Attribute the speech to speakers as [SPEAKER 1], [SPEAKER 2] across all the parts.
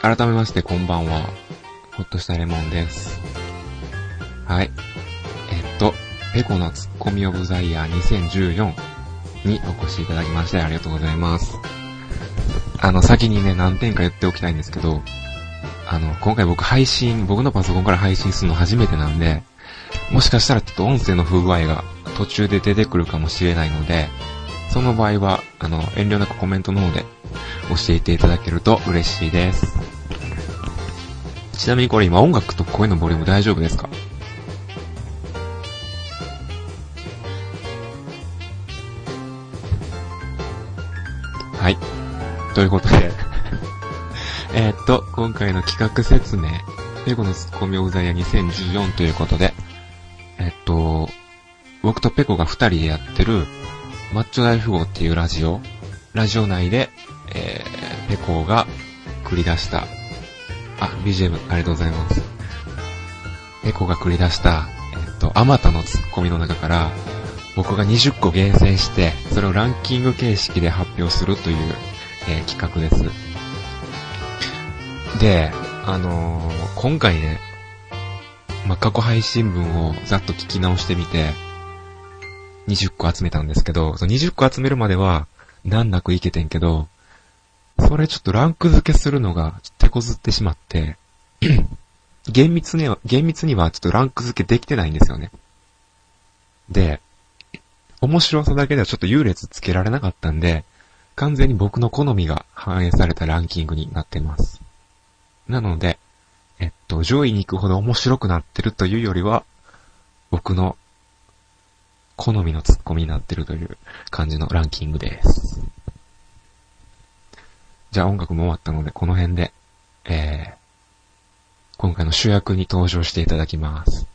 [SPEAKER 1] 改めましてこんばんは。ほっとしたレモンです。はい。えっと、ペコなツッコミオブザイヤー2014にお越しいただきましてありがとうございます。あの、先にね、何点か言っておきたいんですけど、あの、今回僕配信、僕のパソコンから配信するの初めてなんで、もしかしたらちょっと音声の不具合が途中で出てくるかもしれないので、その場合は、あの、遠慮なくコメントの方で教えていただけると嬉しいです。ちなみにこれ今音楽と声のボリューム大丈夫ですかはい。ということで、 えーっと、今回の企画説明、ペコのツッコミオブザイヤー2014ということで、えっと、僕とペコが二人でやってる、マッチョ大富豪っていうラジオ、ラジオ内で、えー、ペコが繰り出した、あ、BGM ありがとうございます。ペコが繰り出した、えっと、あまたのツッコミの中から、僕が20個厳選して、それをランキング形式で発表するという、えー企画です。で、あのー今回ね、まあ、過去配信分をざっと聞き直してみて、20個集めたんですけど、その20個集めるまでは、難なくいけてんけど、それちょっとランク付けするのが、手こずってしまって、 厳密には、厳密にはちょっとランク付けできてないんですよね。で、面白さだけではちょっと優劣つけられなかったんで、完全に僕の好みが反映されたランキングになってます。なので、えっと、上位に行くほど面白くなってるというよりは、僕の好みのツッコミになってるという感じのランキングです。じゃあ音楽も終わったので、この辺で、えー、今回の主役に登場していただきます。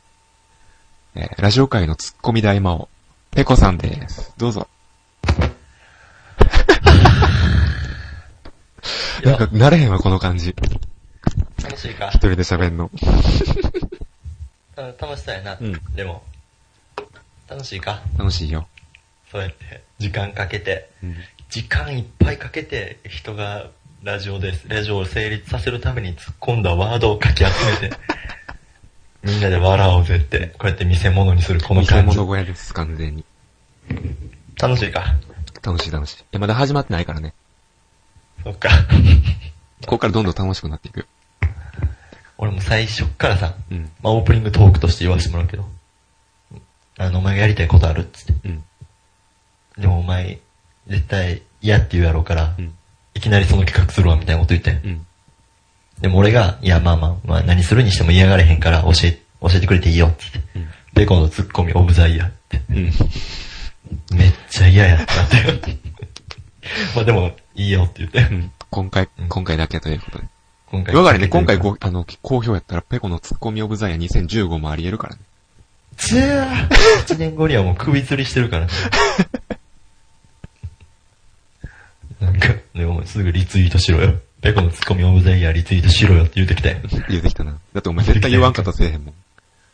[SPEAKER 1] えー、ラジオ界のツッコミ大魔王、ペコさんです。どうぞ。
[SPEAKER 2] い
[SPEAKER 1] なん
[SPEAKER 2] や
[SPEAKER 1] か、、慣れへんわ、この感じ。一
[SPEAKER 2] 楽しいか。
[SPEAKER 1] 人で喋んの。
[SPEAKER 2] うん楽しそうやな。
[SPEAKER 1] うん
[SPEAKER 2] でも、楽しいか。
[SPEAKER 1] 楽しいよ。
[SPEAKER 2] そうやって、時間かけて、
[SPEAKER 1] うん
[SPEAKER 2] 時間いっぱいかけて、人がラジオです。ラジオを成立させるために突っ込んだワードをかき集 めて、みんなで笑おうぜって、こうやって見せ物にするこの
[SPEAKER 1] 見せ
[SPEAKER 2] 感じ
[SPEAKER 1] 物。小屋です、完全に。
[SPEAKER 2] 楽しいか。
[SPEAKER 1] 楽しい楽しい。いや、まだ始まってないからね。
[SPEAKER 2] そっか。
[SPEAKER 1] ここからどんどん楽しくなっていく。
[SPEAKER 2] 俺も最初っからさ、
[SPEAKER 1] うん。
[SPEAKER 2] まあオープニングトークとして言わせてもらうけど、あの、お前がやりたいことあるっつっ
[SPEAKER 1] う
[SPEAKER 2] て。
[SPEAKER 1] ん。
[SPEAKER 2] でもお前、絶対嫌って言うやろうから、
[SPEAKER 1] うん。
[SPEAKER 2] いきなりその企画するわみたいなこと言ってん。
[SPEAKER 1] うん。
[SPEAKER 2] でも俺が、いやまあまあ、まあ何するにしても嫌がれへんから教え、教えてくれていいよって言って。
[SPEAKER 1] うん
[SPEAKER 2] ベコのツッコミオブザイヤーって。
[SPEAKER 1] うん。
[SPEAKER 2] めっちゃ嫌やった って。まあでも、いいよって言って
[SPEAKER 1] う。ん。今回
[SPEAKER 2] う、ん
[SPEAKER 1] 今回だけということで。
[SPEAKER 2] 今
[SPEAKER 1] わかるね、今回
[SPEAKER 2] こ
[SPEAKER 1] ご、あの、好評やったら、ペコのツッコミオブザイヤー2015もあり得るからね。
[SPEAKER 2] つやー !1 年後にはもう首吊りして るからね。なんか、でもすぐリツイートしろよ。ベコのツッコミオブザイヤーリツイートしろよって言うてきたよ。
[SPEAKER 1] 言うてきたな。だってお前絶対言わんかったせえへんもん。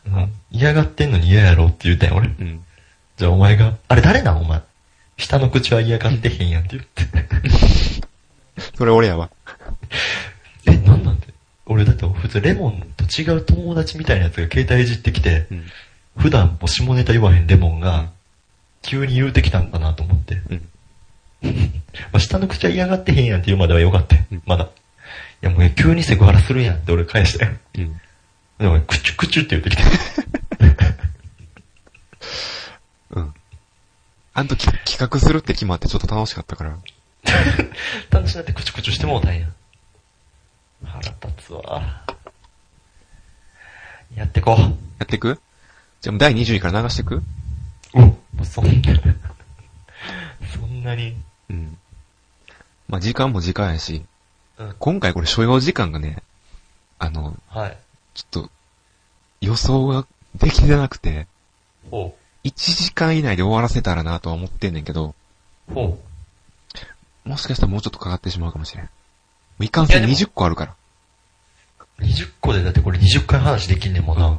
[SPEAKER 2] うん嫌がってんのに嫌やろって言うたよ俺。
[SPEAKER 1] うん。
[SPEAKER 2] じゃあお前が、あれ誰なんお前。下の口は嫌がってへんやんって言って。
[SPEAKER 1] それ俺やわ。
[SPEAKER 2] え、なんなんて。俺だって普通レモンと違う友達みたいなやつが携帯いじってきて、
[SPEAKER 1] うん。
[SPEAKER 2] 普段も下ネタ言わへんレモン
[SPEAKER 1] うん
[SPEAKER 2] が、急に言うてきたんかなと思って。
[SPEAKER 1] うん。
[SPEAKER 2] まあ、下の口は嫌がってへんやんって言うまではよかったよ
[SPEAKER 1] うん。
[SPEAKER 2] まだ。いやもう急にセクハラするやんって俺返して。
[SPEAKER 1] うん。
[SPEAKER 2] でも、クチュクチュって言って きて。
[SPEAKER 1] うん。あの時企画するって決まってちょっと楽しかったから。
[SPEAKER 2] 楽しなってクチュクチュしてもうたんや。腹立つわ。やってこう。
[SPEAKER 1] やってくじゃあもう第20位から流してく
[SPEAKER 2] うん。もうそんな、そんなに、
[SPEAKER 1] うん。まあ、時間も時間やし、
[SPEAKER 2] うん、
[SPEAKER 1] 今回これ所要時間がね、あの、
[SPEAKER 2] はい。
[SPEAKER 1] ちょっと、予想ができてなくて、
[SPEAKER 2] ほ
[SPEAKER 1] 1時間以内で終わらせたらなとは思ってんねんけど、
[SPEAKER 2] う。ほ
[SPEAKER 1] もしかしたらもうちょっとかかってしまうかもしれん。もういかんせ
[SPEAKER 2] い
[SPEAKER 1] ん
[SPEAKER 2] やでも
[SPEAKER 1] 20個あるから。
[SPEAKER 2] う。20個でだってこれ20回話できんねんもんな。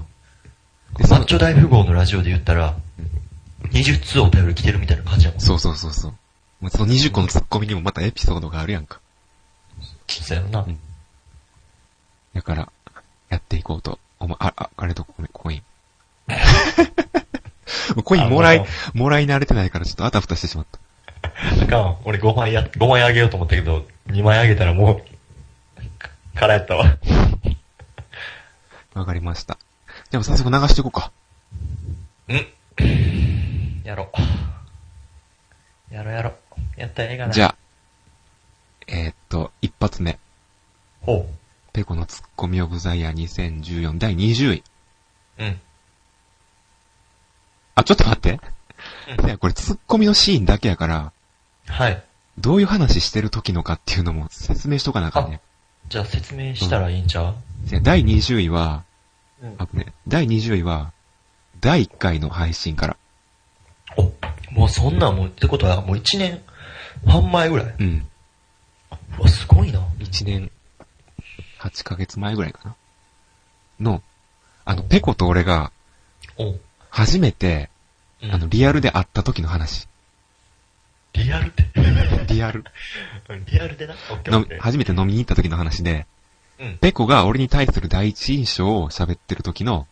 [SPEAKER 1] でそ
[SPEAKER 2] マ
[SPEAKER 1] の
[SPEAKER 2] ッチョ大富豪のラジオで言ったら、20通お便り来てるみたいな感じやもん。
[SPEAKER 1] そうそうそうそう。もうその20個のツッコミにもまたエピソードがあるやんか。
[SPEAKER 2] そうやろな。
[SPEAKER 1] んだから、やっていこうと思う。あ、あ、あれとごめん、コ イン。もうコインもら
[SPEAKER 2] あ
[SPEAKER 1] い
[SPEAKER 2] も、
[SPEAKER 1] もらい慣れてないからちょっとあたふたしてしまった。
[SPEAKER 2] あかん。俺5枚や、5枚あげようと思ったけど、2枚あげたらもう、からやったわ。
[SPEAKER 1] わかりました。じゃあ早速流していこうか。
[SPEAKER 2] んやろ。やろやろ。やったらええがな。
[SPEAKER 1] じゃあ、えーっと、一発目。
[SPEAKER 2] ほ
[SPEAKER 1] ペコのツッコミオブザイヤー2014第20位。
[SPEAKER 2] う。うん。
[SPEAKER 1] あ、ちょっと待って。
[SPEAKER 2] うん
[SPEAKER 1] いや、これツッコミのシーンだけやから、
[SPEAKER 2] はい。
[SPEAKER 1] どういう話してる時のかっていうのも説明しとかなあかんね。
[SPEAKER 2] じゃあ説明したらいいんちゃ
[SPEAKER 1] じゃあ第20位は、
[SPEAKER 2] ううん
[SPEAKER 1] あ。ぶね、第20位は、第1回の配信から。
[SPEAKER 2] お、もうそんなんもう、ってことはもう1年半前ぐらい。
[SPEAKER 1] うん。
[SPEAKER 2] うわ、すごいな。
[SPEAKER 1] 1年、8ヶ月前ぐらいかな。の、あの、ペコと俺が、
[SPEAKER 2] お、うん
[SPEAKER 1] 初めて、あの、リアルで会った時の話。
[SPEAKER 2] リアルで
[SPEAKER 1] リアル。
[SPEAKER 2] リアルでな。オッケー オ
[SPEAKER 1] の
[SPEAKER 2] ッケ、ー。
[SPEAKER 1] 初めて飲みに行った時の話で、
[SPEAKER 2] うん。
[SPEAKER 1] ペコが俺に対する第一印象を喋ってる時の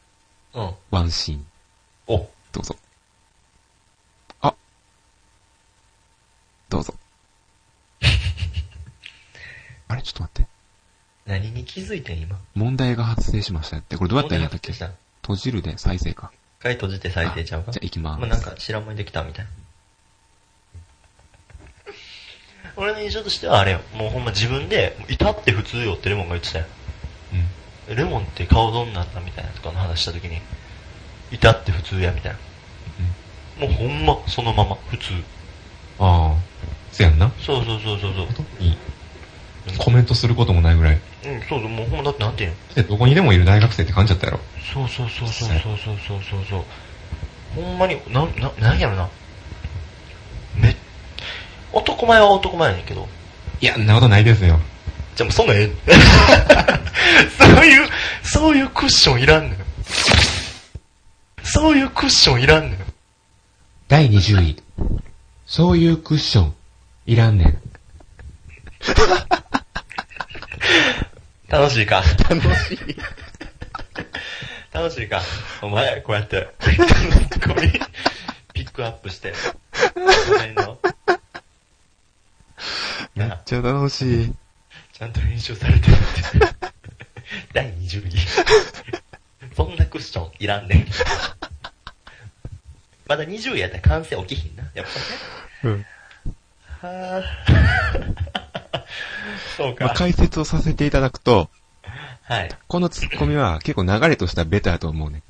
[SPEAKER 2] うん。
[SPEAKER 1] ワンシーン。
[SPEAKER 2] お、
[SPEAKER 1] どうぞ。あ。ど うぞ。あれちょっと待って。
[SPEAKER 2] 何に気づいてん今。
[SPEAKER 1] 問題が発生しましたって。これどうやったらやったっけ
[SPEAKER 2] 問題発生した
[SPEAKER 1] 閉じるで再生か。
[SPEAKER 2] 一回閉じて最低ちゃうか
[SPEAKER 1] じゃあ行きま
[SPEAKER 2] まあ、
[SPEAKER 1] ー
[SPEAKER 2] なん
[SPEAKER 1] す。
[SPEAKER 2] か知らん間にできたみたいな。俺の印象としてはあれよ、もうほんま自分で、至って普通よってレモンが言ってたよ。レモンって顔どんなんだみたいなとかの話した時に、至って普通やみたいな。もうほんまそのまま、普通。
[SPEAKER 1] ああ。せやんな。
[SPEAKER 2] そうそうそうそうそう。
[SPEAKER 1] いい。コメントすることもないぐらい。
[SPEAKER 2] うん、そうそう、もうほんまだってなんていうの
[SPEAKER 1] どこにでもいる大学生って感じだったやろ。
[SPEAKER 2] そうそうそうそうそうそうそうそうそう。ほんまに、な、な、なんやろな。め、男前は男前やねんけど、
[SPEAKER 1] いや、んなことないですよ。
[SPEAKER 2] じゃあもうそんなんええ そういう、そういうクッションいらんのよ。そういうクッションいらんのよ。
[SPEAKER 1] 第20位。そういうクッション、いらんねん。
[SPEAKER 2] 楽しいか。楽しい。楽しいか。お前、こうや って、これ、ピックアップして、ごめんの
[SPEAKER 1] めっちゃ楽しい。
[SPEAKER 2] ちゃんと編集されてるって。第20位。そんなクッションいらんねん。まだ20位やったら完成起きひんな。やっ
[SPEAKER 1] うん。
[SPEAKER 2] ぱね。はぁ。 そう
[SPEAKER 1] まあ、
[SPEAKER 2] か。
[SPEAKER 1] 解説をさせていただくと、
[SPEAKER 2] はい。
[SPEAKER 1] このツッコミは結構流れとしてはベタやと思うね。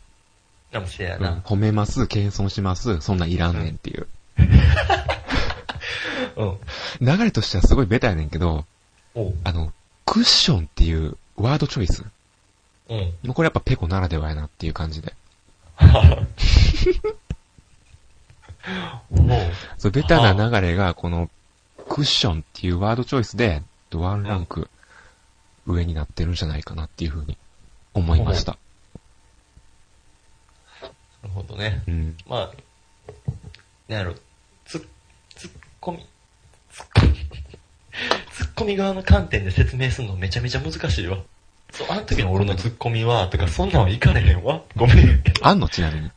[SPEAKER 2] かもしれや
[SPEAKER 1] うん、
[SPEAKER 2] な。
[SPEAKER 1] 褒めます、謙遜します、そんなんいらんねんっていう。
[SPEAKER 2] うん。
[SPEAKER 1] 流れとしてはすごいベタやねんけど、
[SPEAKER 2] おう。
[SPEAKER 1] あの、クッションっていうワードチョイス。
[SPEAKER 2] うん。
[SPEAKER 1] これやっぱペコならではやなっていう感じで。
[SPEAKER 2] おう。
[SPEAKER 1] そう、ベタな流れがこのクッションっていうワードチョイスで、ワンランク上になってるんじゃないかなっていうふうに思いました。
[SPEAKER 2] なるほどね。
[SPEAKER 1] うん。
[SPEAKER 2] まあ、なんやろ、つ、つっこみ、つっこみ、 ツッコミ側の観点で説明するのめちゃめちゃ難しいわ。そう、あの時の俺のツッコミは、とか、そんなんはいかれへんわ。ごめん。
[SPEAKER 1] あんのちなみに。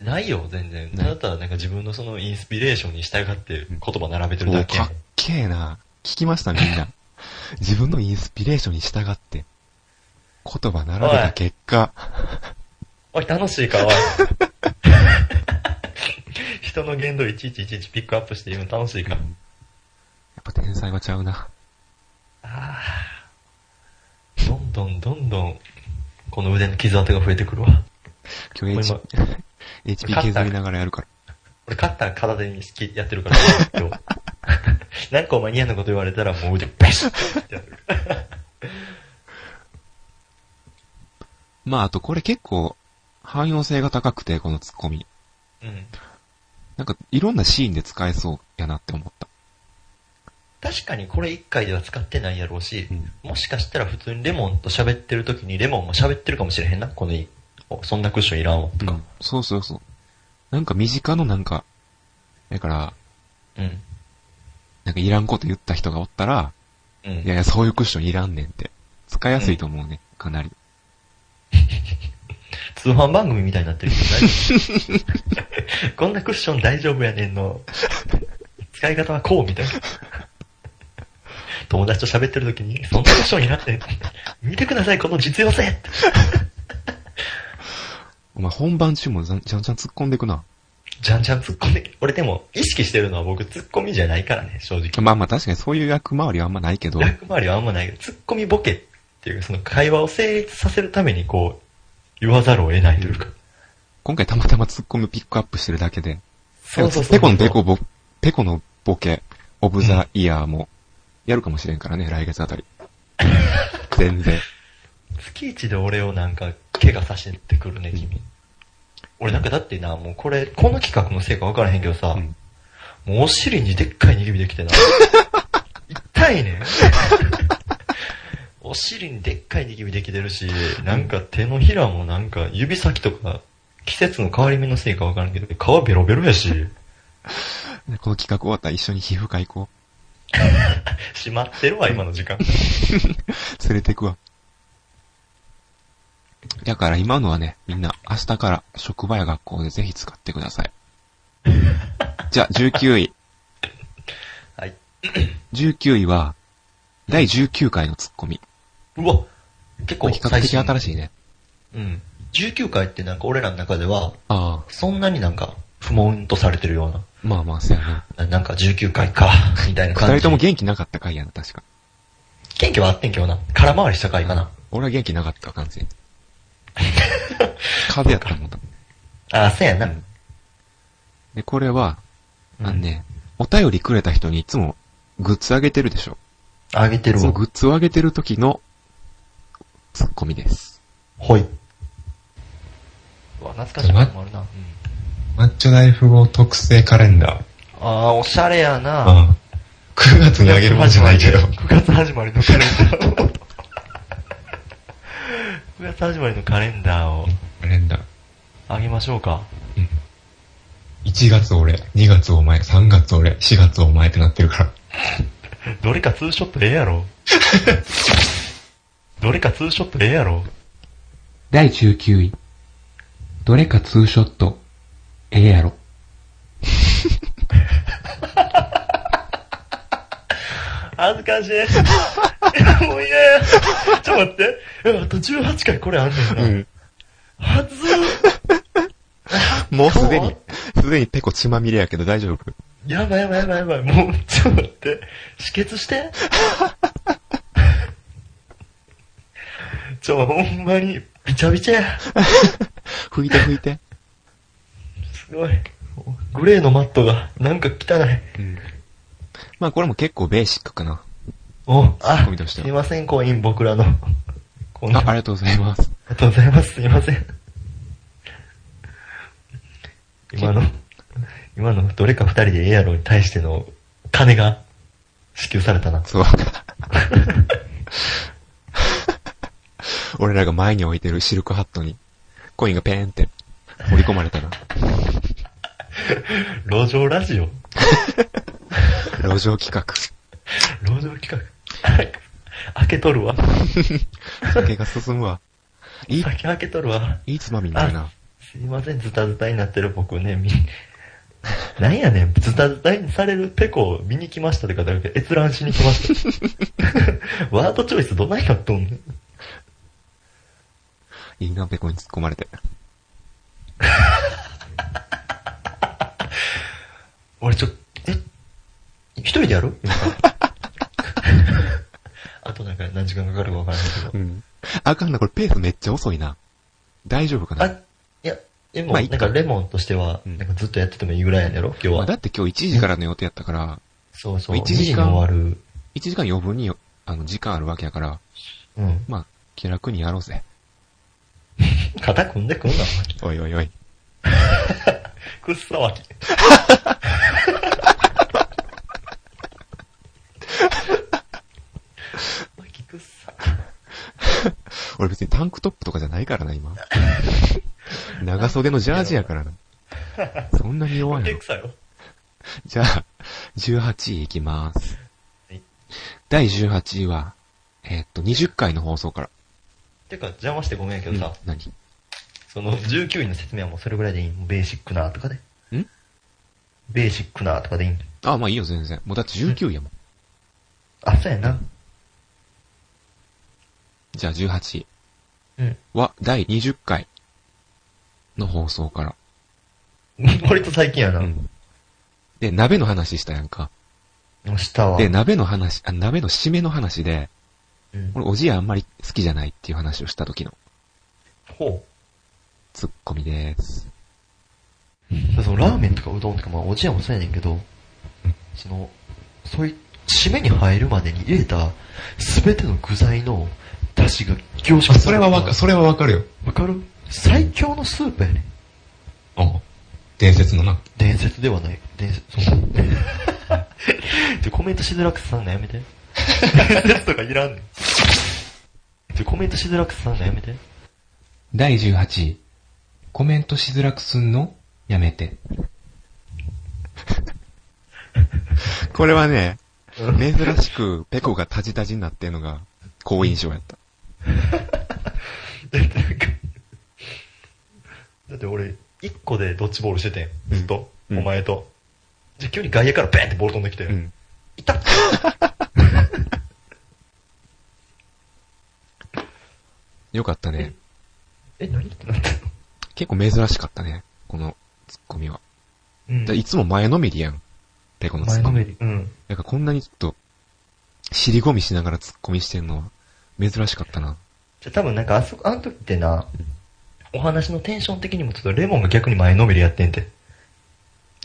[SPEAKER 2] ないよ、全然。
[SPEAKER 1] な
[SPEAKER 2] あ
[SPEAKER 1] い
[SPEAKER 2] なたはなんか自分のそのインスピレーションに従って言葉並べてる
[SPEAKER 1] も
[SPEAKER 2] だ
[SPEAKER 1] う
[SPEAKER 2] け
[SPEAKER 1] か。っけえな。聞きましたみんな。自分のインスピレーションに従って、言葉並べた結果、
[SPEAKER 2] おい、楽しいか、おい。 人の言動いちいちいちいちピックアップして言うの楽しいか。
[SPEAKER 1] やっぱ天才はちゃうな。
[SPEAKER 2] ああ。どんどんどんどん、この腕の傷跡が増えてくるわ。
[SPEAKER 1] 今日 H
[SPEAKER 2] もう
[SPEAKER 1] HP 削りながらやるから。
[SPEAKER 2] 俺、カッター片手に好きやってるから、今日。 なんかお前に嫌なこと言われたら、もう腕バシッってやる。
[SPEAKER 1] まああとこれ結構、汎用性が高くて、このツッコミ。
[SPEAKER 2] うん。
[SPEAKER 1] なんか、いろんなシーンで使えそうやなって思った。
[SPEAKER 2] 確かにこれ一回では使ってないやろうし、もしかしたら普通にレモンと喋ってる時にレモンも喋ってるかもしれへんな、このいおそんなクッションいらんわ、と
[SPEAKER 1] う
[SPEAKER 2] か。
[SPEAKER 1] んそうそうそう。なんか身近のなんか、だから、
[SPEAKER 2] うん。
[SPEAKER 1] なんかいらんこと言った人がおったら、
[SPEAKER 2] うん。
[SPEAKER 1] いやいや、そういうクッションいらんねんって。使いやすいと思うね、かなり。
[SPEAKER 2] 通販番組みたいになってるけど大丈夫 こんなクッション大丈夫やねんの。使い方はこうみたいな。友達と喋ってる時に、そんなクッションになって、見てください、この実用性って
[SPEAKER 1] お前本番中もじゃんじゃんじゃん突っ込んでくな。
[SPEAKER 2] じゃんじゃん突っ込んで、俺でも意識してるのは僕突っ込みじゃないからね、正直。
[SPEAKER 1] まあまあ確かにそういう役回りはあんまない けど、
[SPEAKER 2] 役回りはあんまないけど、ツッコミボケっていう、その会話を成立させるためにこう、言わざるを得ないというか。
[SPEAKER 1] 今回たまたま突っ込みピックアップしてるだけで、
[SPEAKER 2] そうそうそう
[SPEAKER 1] ペコのペコボ、ペコのボケ、オブザイヤーも、やるかもしれんからね、来月あた り。全然。
[SPEAKER 2] 月一で俺をなんか、怪我させてくるね、君。俺なんかだってな、もうこれ、この企画のせいか分からへんけどさ、
[SPEAKER 1] うん
[SPEAKER 2] もうお尻にでっかいニキビで きてな。痛いねん。お尻にでっかいニキビできてるし、なんか手のひらもなんか指先とか、季節の変わり目のせいか分からんけど、皮ベロベロやし。
[SPEAKER 1] この企画終わったら一緒に皮膚科行こ
[SPEAKER 2] しまってるわ、今の時間。
[SPEAKER 1] う。連れてくわ。だから今のはね、みんな明日から職場や学校でぜひ使ってくだ さい。じゃあ、19位。
[SPEAKER 2] はい。
[SPEAKER 1] 19位は、第19回のツッコミ。
[SPEAKER 2] うわ、結
[SPEAKER 1] こ
[SPEAKER 2] 構
[SPEAKER 1] れ比較的新
[SPEAKER 2] い。
[SPEAKER 1] しいね。
[SPEAKER 2] うん。19回ってなんか俺らの中では、
[SPEAKER 1] ああ、
[SPEAKER 2] そんなになんか、不問とされてるような
[SPEAKER 1] まあまあ、そうやな。
[SPEAKER 2] な、なんか19回か、 みたいな感じ。
[SPEAKER 1] 二人とも元気なかった回やな、確か。
[SPEAKER 2] 元気はあってんけどな。空回りした回かな。
[SPEAKER 1] 俺は元気なかった、完全に。 風邪やったもんだ。
[SPEAKER 2] あ、そうやな。
[SPEAKER 1] で、これは、あのね、お便りくれた人にいつもグッズあげてるでしょ。
[SPEAKER 2] あげてる
[SPEAKER 1] その
[SPEAKER 2] わ。
[SPEAKER 1] グッズをあげてる時のツッコミです。
[SPEAKER 2] ほい。うわ、懐かしいのもあるな。うん
[SPEAKER 3] マッチョ大富豪特製カレンダー。
[SPEAKER 2] あー、おしゃれやな。
[SPEAKER 3] ああ9月にあげるもんじゃないけど。
[SPEAKER 2] 9月始まりのカレ ン ダーを。9月始まりのカレンダーを
[SPEAKER 3] カレンダー。
[SPEAKER 2] あげましょうか。
[SPEAKER 3] 1月俺、2月お前、3月俺、4月お前ってなってるから。
[SPEAKER 2] どれかツーショットええや ろ。どれかツーショットええやろ。
[SPEAKER 4] 第19位。どれかツーショット、ええやろ。
[SPEAKER 2] 恥ずかしい。いやもう嫌や。ちょっと待って。えあと18回これあんねんな。
[SPEAKER 1] ん。
[SPEAKER 2] はず
[SPEAKER 1] もうすで
[SPEAKER 2] ど
[SPEAKER 1] に、すでにペコ血まみれやけど大丈夫
[SPEAKER 2] やばいやばいやばいやばい。もう、ちょっと待って。止血して。ちょ、ほんまに、びちゃびちゃや。
[SPEAKER 1] 拭いて拭いて。
[SPEAKER 2] すごい。グレーのマットが、なんか汚い。
[SPEAKER 1] まあこれも結構ベーシックかな。
[SPEAKER 2] お、あ
[SPEAKER 1] ゴミと、して
[SPEAKER 2] す
[SPEAKER 1] はい
[SPEAKER 2] ません、コイン、僕らの。こんな
[SPEAKER 1] あ、ありがとうございます。
[SPEAKER 2] ありがとうございます。すいません。今の、今のどれか二人でええやろに対しての金が支給されたな。
[SPEAKER 1] そう。俺らが前に置いてるシルクハットに、コインがペーンって、折り込まれたら、
[SPEAKER 2] 路上ラジオ
[SPEAKER 1] 路上企画。
[SPEAKER 2] 路上企画。開けとるわ。
[SPEAKER 1] 酒が進むわ。いい、
[SPEAKER 2] 先開けとるわ。
[SPEAKER 1] いいつまみになるな。
[SPEAKER 2] すいません、ズタズタになってる僕ね、み、なんやねん、ズタズタにされるペコを見に来ましたって方が閲覧しに来ま した。ワードチョイスどないなっとんねん。
[SPEAKER 1] いいな、ペコに突っ込まれて。
[SPEAKER 2] 俺ちょ、え一人でやる今から。 あとなんか何時間かかるかわからないけど。
[SPEAKER 1] ん。あかんな、これペースめっちゃ遅いな。大丈夫か
[SPEAKER 2] あ、
[SPEAKER 1] な、
[SPEAKER 2] いや、でも、
[SPEAKER 1] まあいい
[SPEAKER 2] なんかレモンとしては、
[SPEAKER 1] うん
[SPEAKER 2] なんかずっとやっててもいいぐらいやねろ今日
[SPEAKER 1] まあ、
[SPEAKER 2] は。
[SPEAKER 1] だって今日1時からの予定やったから、
[SPEAKER 2] そうそう。1
[SPEAKER 1] 1時
[SPEAKER 2] 時に
[SPEAKER 1] 間
[SPEAKER 2] 終わる。
[SPEAKER 1] 1時間余分によ、あの、時間あるわけやから、
[SPEAKER 2] うん。
[SPEAKER 1] まあ、気楽にやろうぜ。
[SPEAKER 2] 肩組んでくんな、
[SPEAKER 1] おいおいおい。
[SPEAKER 2] お 前。くっそわ き。わきくっさ。
[SPEAKER 1] 俺別にタンクトップとかじゃないからな、 今。長袖のジャージやからな。そんなに弱い
[SPEAKER 2] わき
[SPEAKER 1] の
[SPEAKER 2] くさよ。
[SPEAKER 1] じゃあ、18位いきます
[SPEAKER 2] はい。
[SPEAKER 1] 第18位は、えーっと、20回の放送から。
[SPEAKER 2] てか、邪魔してごめんやけ
[SPEAKER 1] う
[SPEAKER 2] ど
[SPEAKER 1] ん
[SPEAKER 2] さ、
[SPEAKER 1] 何
[SPEAKER 2] その19位の説明はもうそれぐらいでいいベーシックなとかで。
[SPEAKER 1] ん
[SPEAKER 2] ベーシックなとかでいいん
[SPEAKER 1] あ、まあいいよ、全然。もうだって19やもん。
[SPEAKER 2] あ、そうやな。
[SPEAKER 1] じゃあ18位
[SPEAKER 2] うん。
[SPEAKER 1] は、第20回の放送から。
[SPEAKER 2] 割と最近やな。
[SPEAKER 1] うん。で、鍋の話したやんか。
[SPEAKER 2] の下は。
[SPEAKER 1] で、鍋の話、あ、鍋の締めの話で、
[SPEAKER 2] うん
[SPEAKER 1] 俺、おじやあんまり好きじゃないっていう話をした時の
[SPEAKER 2] ほ
[SPEAKER 1] ツッコミです。
[SPEAKER 2] う。そのラーメンとかうどんとか、まあおじやもそうやねんけど、その、そういう、締めに入るまでに入れた、すべての具材の出汁が凝縮
[SPEAKER 3] あ、それはわか、
[SPEAKER 2] る。
[SPEAKER 3] それはわかるよ。
[SPEAKER 2] わかる最強のスープやねん。
[SPEAKER 3] あ伝説のな。
[SPEAKER 2] 伝説ではない。伝説、そう。で、コメントしづらくさんのやめ て。伝説とかいらんねん。で、コメントしづらくさんのやめて。
[SPEAKER 4] 第18位。コメントしづらくすんのやめて。
[SPEAKER 1] これはね、珍しく、ペコがタジタジになってんのが、好印象やった。
[SPEAKER 2] だってなんか、だって俺、一個でドッジボールしててん。ずっと、
[SPEAKER 1] うん
[SPEAKER 2] お前と。じゃ、急に外野からベーンってボール飛んできて。
[SPEAKER 1] うん。
[SPEAKER 2] いた
[SPEAKER 1] よかったね。
[SPEAKER 2] え、何ってなったの
[SPEAKER 1] 結構珍しかったね。このツッコミは。
[SPEAKER 2] うん
[SPEAKER 1] だいつも前のめりやん。ペコのツ
[SPEAKER 2] 前
[SPEAKER 1] ッコミ。
[SPEAKER 2] のめり。うん。
[SPEAKER 1] なんかこんなにちょっと、尻込みしながらツッコミしてんのは、珍しかったな。
[SPEAKER 2] じゃ、多分なんか、あそこ、あの時ってな、お話のテンション的にもちょっとレモンが逆に前のめりやってんて。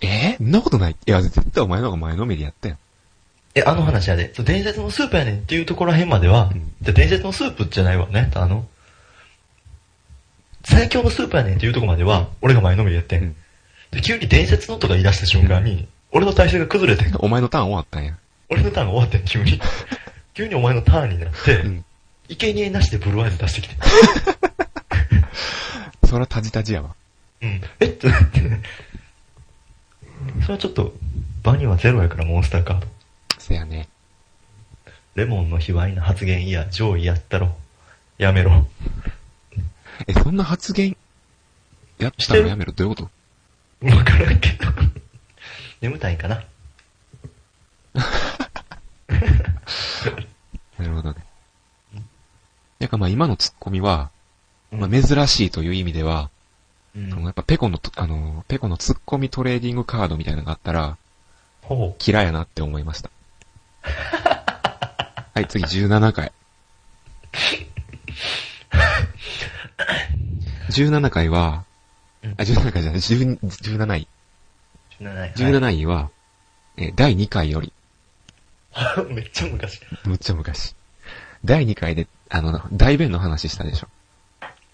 [SPEAKER 1] えーそんなことない。いや、絶対お前の方が前のめりやったよ。
[SPEAKER 2] え、あの話やで。そう伝説のスープやねんっていうところらへんまでは、
[SPEAKER 1] うん
[SPEAKER 2] じゃあ伝説のスープじゃないわね。あの、最強のスープやねんっていうところまでは、俺が前のめりやってん。
[SPEAKER 1] うん
[SPEAKER 2] で、急に伝説のとか言い出した瞬間に、俺の体勢が崩れてん。
[SPEAKER 1] お前のターン終わったんや。
[SPEAKER 2] 俺のターンが終わってん、急 に。急にお前のターンになって、
[SPEAKER 1] うん
[SPEAKER 2] 生贄なしでブルーアイズ出してきて。
[SPEAKER 1] そらタジタジやわ。
[SPEAKER 2] うん。えっと、だって、それはちょっと、場にはゼロやからモンスターカード。
[SPEAKER 1] せやね。
[SPEAKER 2] レモンの卑猥な発言いや、上位やったろ。やめろ。
[SPEAKER 1] え、そんな発言、やっ
[SPEAKER 2] したて
[SPEAKER 1] の
[SPEAKER 2] る
[SPEAKER 1] やめろ。どういうこと
[SPEAKER 2] わからんけど。眠たいんかな。
[SPEAKER 1] なるほどね。なんかまあ今のツッコミは、
[SPEAKER 2] うん
[SPEAKER 1] まあ珍しいという意味では、
[SPEAKER 2] う
[SPEAKER 1] その
[SPEAKER 2] ん。
[SPEAKER 1] やっぱペコのと、あの、ペコのツッコミトレーディングカードみたいなのがあったら、
[SPEAKER 2] ほ
[SPEAKER 1] 嫌いやなって思いました。はい、次17回。17回は、あ、17回じゃない、10 17位。
[SPEAKER 2] う。17
[SPEAKER 1] 17位は、えー第2回より、
[SPEAKER 2] はい。 めっちゃ昔。
[SPEAKER 1] むっちゃ昔。第2回で、あの、大便の話したでしょ。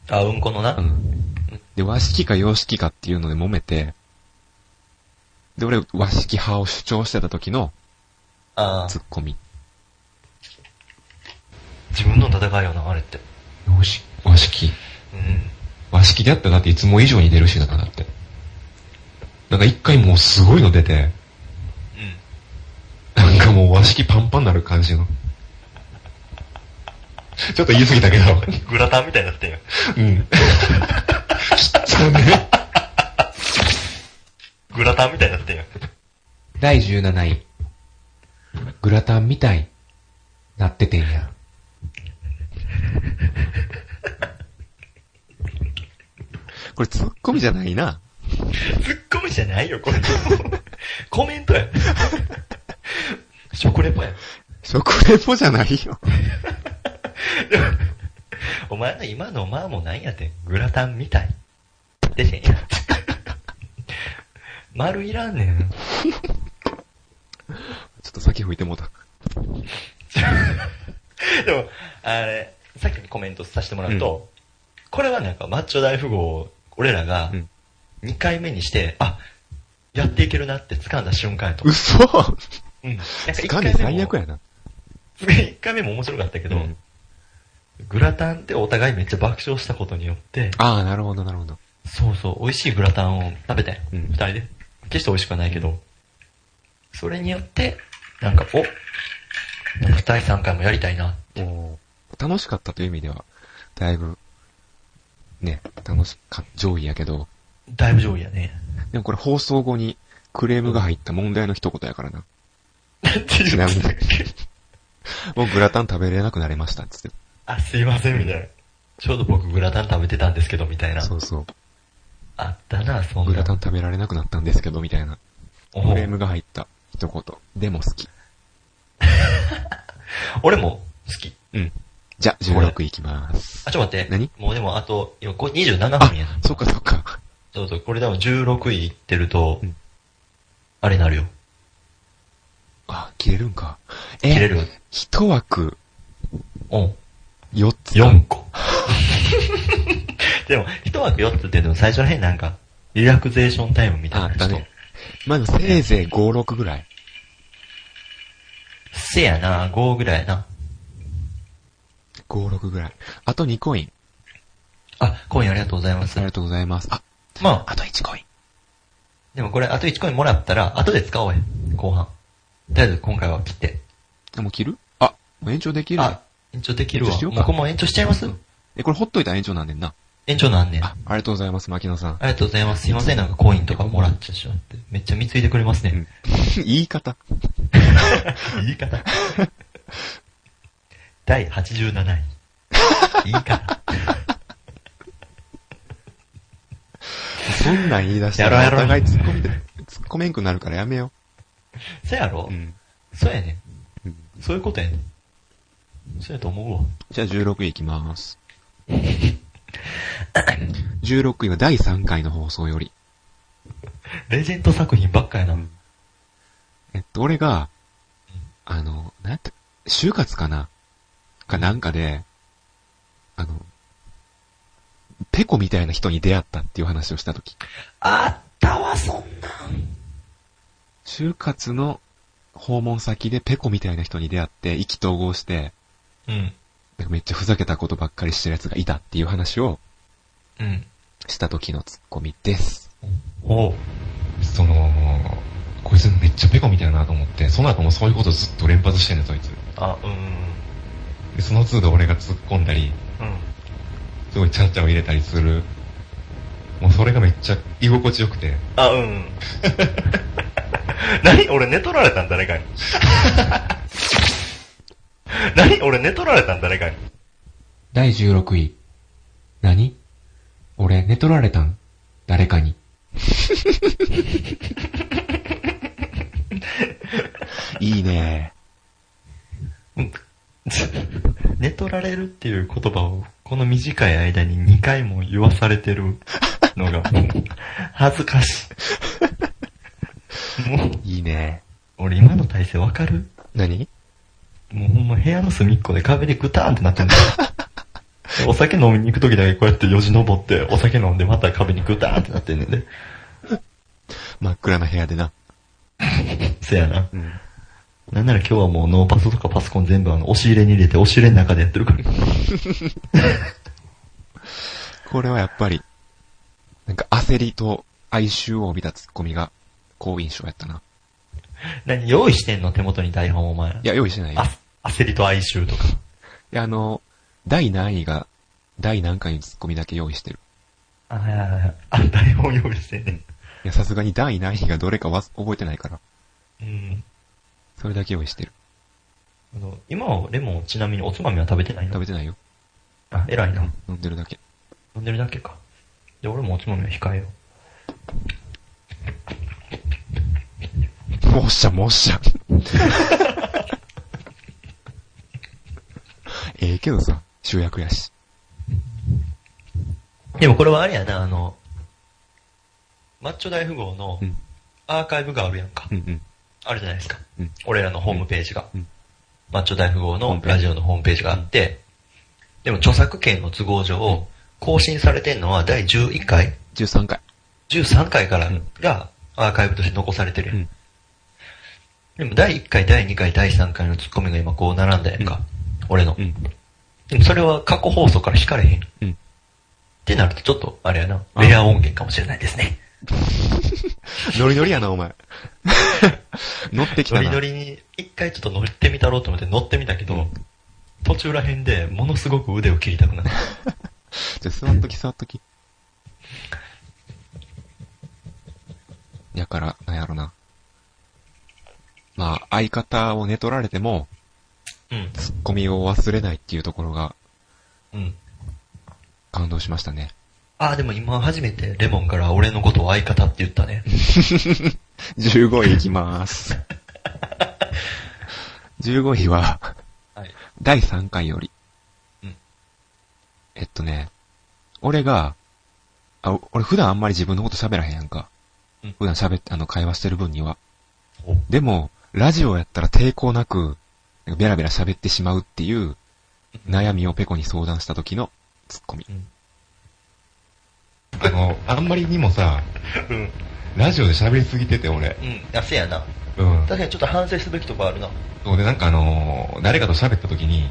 [SPEAKER 2] あ、うんこのな。
[SPEAKER 1] うん。で、和式か洋式かっていうので揉めて、で、俺、和式派を主張してた時の
[SPEAKER 2] ああ
[SPEAKER 1] ツッコミ。
[SPEAKER 2] 自分の戦いよな、あれって。
[SPEAKER 3] よし、和式。
[SPEAKER 2] うん。
[SPEAKER 3] 和式であったらだっていつも以上に出るしな、だって。なんか一回もうすごいの出て、なんかもう和式パンパンなる感じの。ちょっと言い過ぎたけど。
[SPEAKER 2] うん。グラタンみたいになってんよ。
[SPEAKER 3] うん。そうね。
[SPEAKER 2] グラタンみたいになってんよ。
[SPEAKER 4] 第17位。グラタンみたい、なっててんや。
[SPEAKER 1] これツッコミじゃないな。
[SPEAKER 2] ツッコミじゃないよ、これ。 コメントや。食レポや。
[SPEAKER 1] 食レポじゃないよ。
[SPEAKER 2] お前の今のまあもなんやてん。グラタンみたい。でへん や。丸いらんねん。
[SPEAKER 1] ちょっと先吹いてもうた。
[SPEAKER 2] でも、あれ、さっきのコメントさせてもらうと、これはなんかマッチョ大富豪を俺らが
[SPEAKER 1] うん
[SPEAKER 2] 2回目にして、あ、やっていけるなって掴んだ瞬間やと。
[SPEAKER 1] 嘘
[SPEAKER 2] うん。なんか1
[SPEAKER 1] 管
[SPEAKER 2] 回
[SPEAKER 1] 理
[SPEAKER 2] 目
[SPEAKER 1] 最
[SPEAKER 2] も
[SPEAKER 1] 悪やな。
[SPEAKER 2] 1回目も面白かったけど、
[SPEAKER 1] うん
[SPEAKER 2] グラタンってお互いめっちゃ爆笑したことによって、
[SPEAKER 1] ああ、なるほど、なるほど。
[SPEAKER 2] そうそう、美味しいグラタンを食べて、
[SPEAKER 1] う
[SPEAKER 2] 二、
[SPEAKER 1] ん
[SPEAKER 2] 人で。決して美味しくはないけど、それによって、なんか、お、なんか第3回もやりたいな。
[SPEAKER 1] お楽しかったという意味では、だいぶ、ね、楽しか、上位やけど、
[SPEAKER 2] だいぶ上位やね。
[SPEAKER 1] でもこれ放送後にクレームが入った問題の一言やからな。
[SPEAKER 2] ち
[SPEAKER 1] なんでもうグラタン食べれなくなりました、つって。
[SPEAKER 2] あ、すいません、みたいな。ちょうど僕グラタン食べてたんですけど、みたいな。
[SPEAKER 1] そうそ
[SPEAKER 2] あったな、そん
[SPEAKER 1] う。
[SPEAKER 2] な。
[SPEAKER 1] グラタン食べられなくなったんですけど、みたいな。
[SPEAKER 2] お
[SPEAKER 1] クレームが入った一言。でも好き。
[SPEAKER 2] 俺も好き。
[SPEAKER 1] うん。じゃ、16いきまーす。
[SPEAKER 2] あ、ちょっと待って。
[SPEAKER 1] 何
[SPEAKER 2] もうでもあと、今これ27分
[SPEAKER 1] あ
[SPEAKER 2] やな。、
[SPEAKER 1] そっかそっか。
[SPEAKER 2] そうそう、これでも16位いってると、
[SPEAKER 1] うん
[SPEAKER 2] あれになるよ。
[SPEAKER 1] あ、切れるんか。
[SPEAKER 2] 切れ
[SPEAKER 1] え、
[SPEAKER 2] るよ。
[SPEAKER 1] 一枠
[SPEAKER 2] うん。
[SPEAKER 1] 4つか。
[SPEAKER 2] 4個。 でも、一枠4つって言っても最初の辺なんか、リラクゼーションタイムみたい
[SPEAKER 1] あ
[SPEAKER 2] な
[SPEAKER 1] っ
[SPEAKER 2] やつ
[SPEAKER 1] た
[SPEAKER 2] と
[SPEAKER 1] ね。まずせいぜい5、6ぐらい。
[SPEAKER 2] せやな、5ぐらいやな。
[SPEAKER 1] 5、6ぐらい。あと2コイン。
[SPEAKER 2] あ、コインありがとうございま
[SPEAKER 1] あ
[SPEAKER 2] す
[SPEAKER 1] り。がとうございます。あ、
[SPEAKER 2] まあ、
[SPEAKER 1] あと1コイン。
[SPEAKER 2] でもこれあと1コインもらったら、後で使おうや。後半。とりあえず今回は切って。
[SPEAKER 1] でも切るあ、もう延長できる
[SPEAKER 2] あ、延長できるわ
[SPEAKER 1] 延長し。ようか
[SPEAKER 2] もうこれも延長しちゃいます
[SPEAKER 1] え、これほっといたら延長なんねんな。
[SPEAKER 2] 延長なんねん。
[SPEAKER 1] あ、ありがとうございます、牧野 さん。
[SPEAKER 2] ありがとうございます。すいません、なんかコインとかもらっちゃしまって。めっちゃ貢いでくれます
[SPEAKER 1] う
[SPEAKER 2] ね
[SPEAKER 1] ん。言い方。
[SPEAKER 2] 言い方。 第87位。 言い方。
[SPEAKER 1] そんなん言い出したら、
[SPEAKER 2] や
[SPEAKER 1] お
[SPEAKER 2] ろうや
[SPEAKER 1] 互
[SPEAKER 2] ろう
[SPEAKER 1] い突っ込みで、突っ込めんくなるからやめよ
[SPEAKER 2] そやろ
[SPEAKER 1] う。うん。
[SPEAKER 2] そうやね
[SPEAKER 1] うん。
[SPEAKER 2] そういうことやねそうやと思うわ。
[SPEAKER 1] じゃあ16位いき ます。16位は第3回の放送より。
[SPEAKER 2] レジェンド作品ばっかやな。
[SPEAKER 1] えっと、俺が、あの、なんやった、就活かなかなんかで、あの、ペコみたいな人に出会ったっていう話をしたとき。
[SPEAKER 2] あったわ、そんな。
[SPEAKER 1] 就活の訪問先でペコみたいな人に出会って、意気投合して、
[SPEAKER 2] うん。
[SPEAKER 1] なんかめっちゃふざけたことばっかりしてる奴がいたっていう話を
[SPEAKER 2] うん。
[SPEAKER 1] した時のツッコミです。
[SPEAKER 2] おう。
[SPEAKER 3] その、こいつめっちゃペコみたいだなと思って、その後もそういうことずっと連発してんねん、そいつ。
[SPEAKER 2] あ、うん。
[SPEAKER 3] で、その都度俺が突っ込んだり、
[SPEAKER 2] うん。
[SPEAKER 3] すごいちゃんちゃを入れたりする。もうそれがめっちゃ居心地よくて、
[SPEAKER 2] あ、うん。 何俺寝取られたん誰かに。 何俺寝取られたん誰かに。
[SPEAKER 4] 第16位。何俺寝取られたん誰かに。
[SPEAKER 1] いいね
[SPEAKER 2] 寝取られるっていう言葉を、この短い間に2回も言わされてるのが、 恥ずかしい。もう、
[SPEAKER 1] いいね
[SPEAKER 2] 俺今の体勢わかる
[SPEAKER 1] 何
[SPEAKER 2] もうほんま部屋の隅っこで壁でグターンってな ってんだよ。お酒飲みに行く時だけこうやってよじ登って、お酒飲んでまた壁にグターンってなってんねんで。
[SPEAKER 1] 真っ暗な部屋でな。
[SPEAKER 2] せやな。
[SPEAKER 1] うん。
[SPEAKER 2] なんなら今日はもうノーパソとかパソコン全部あの、押し入れに入れて、押し入れの中でやってるから。
[SPEAKER 1] これはやっぱり、なんか焦りと哀愁を帯びたツッコミが好印象やったな。
[SPEAKER 2] 何、用意してんの手元に台本お前。
[SPEAKER 1] いや、用意してないよ。い
[SPEAKER 2] あ、焦りと哀愁とか。
[SPEAKER 1] や、あの、第何位が、第何回のツッコミだけ用意してる。
[SPEAKER 2] あ、はいはいはい。あ、台本用意してんねん。
[SPEAKER 1] いや、さすがに第何位がどれかわ覚えてないから。
[SPEAKER 2] うん。
[SPEAKER 1] それだけ用意してる。
[SPEAKER 2] あの、今はレモンちなみにおつまみは食べてないの
[SPEAKER 1] 食べてないよ。
[SPEAKER 2] あ、偉いな。
[SPEAKER 1] 飲んでるだけ。
[SPEAKER 2] 飲んでるだけか。で、俺もおつまみは控えよ
[SPEAKER 1] もっしゃもっしゃ。 ええけどさ、主役やし。
[SPEAKER 2] う。でもこれはあれやな、あの、マッチョ大富豪の
[SPEAKER 1] うん
[SPEAKER 2] アーカイブがあるやんか。
[SPEAKER 1] うんうん。
[SPEAKER 2] あるじゃないですか。
[SPEAKER 1] うん
[SPEAKER 2] 俺らのホームページが。
[SPEAKER 1] うん
[SPEAKER 2] マッチョ大富豪
[SPEAKER 1] ホー
[SPEAKER 2] の
[SPEAKER 1] ムページ
[SPEAKER 2] ラジオのホームページがあって、でも著作権の都合上、更新されてんのは第11回
[SPEAKER 1] 13回。
[SPEAKER 2] 13回から
[SPEAKER 1] うん
[SPEAKER 2] がアーカイブとして残されてるやん
[SPEAKER 1] うん
[SPEAKER 2] でも第1回、第2回、第3回のツッコミが今こう並んだやんか。俺の。
[SPEAKER 1] うん。
[SPEAKER 2] でもそれは過去放送から引かれへん。
[SPEAKER 1] うん
[SPEAKER 2] ってなるとちょっと、あれやな、
[SPEAKER 1] あ
[SPEAKER 2] レア音源かもしれないですね。
[SPEAKER 1] ノリノリやな、お前。乗ってき
[SPEAKER 2] ノ
[SPEAKER 1] た
[SPEAKER 2] リ
[SPEAKER 1] な
[SPEAKER 2] ノ。リに、一回ちょっと乗ってみたろうと思って乗ってみたけど、途中ら辺でものすごく腕を切りたくなった。
[SPEAKER 1] じゃあ座っとき座っとき。やから、なんやろな。まあ、相方を寝取られても、
[SPEAKER 2] うん。
[SPEAKER 1] ツッコミを忘れないっていうところが
[SPEAKER 2] うん。
[SPEAKER 1] 感動しました ね。
[SPEAKER 2] ああ、でも今初めてレモンから俺のことを相方って言ったね。
[SPEAKER 1] 15位いきまー す。15位は、
[SPEAKER 2] はい。
[SPEAKER 1] 第3回より。
[SPEAKER 2] うん
[SPEAKER 1] えっとね、俺が、あ、俺普段あんまり自分のこと喋らへんやんか。
[SPEAKER 2] うん
[SPEAKER 1] 普段喋って、あの、会話してる分には。
[SPEAKER 2] お
[SPEAKER 1] でも、ラジオやったら抵抗なく、なんかベラベラ喋ってしまうっていう、悩みをペコに相談した時のツッコミ。
[SPEAKER 3] あの、あんまりにもさ、
[SPEAKER 2] うん。
[SPEAKER 3] ラジオで喋りすぎてて、俺。
[SPEAKER 2] うん。あ、せやな。
[SPEAKER 3] うん。
[SPEAKER 2] 確かにちょっと反省すべきとこあるな。
[SPEAKER 3] そうで、なんかあのー誰かと喋った時に、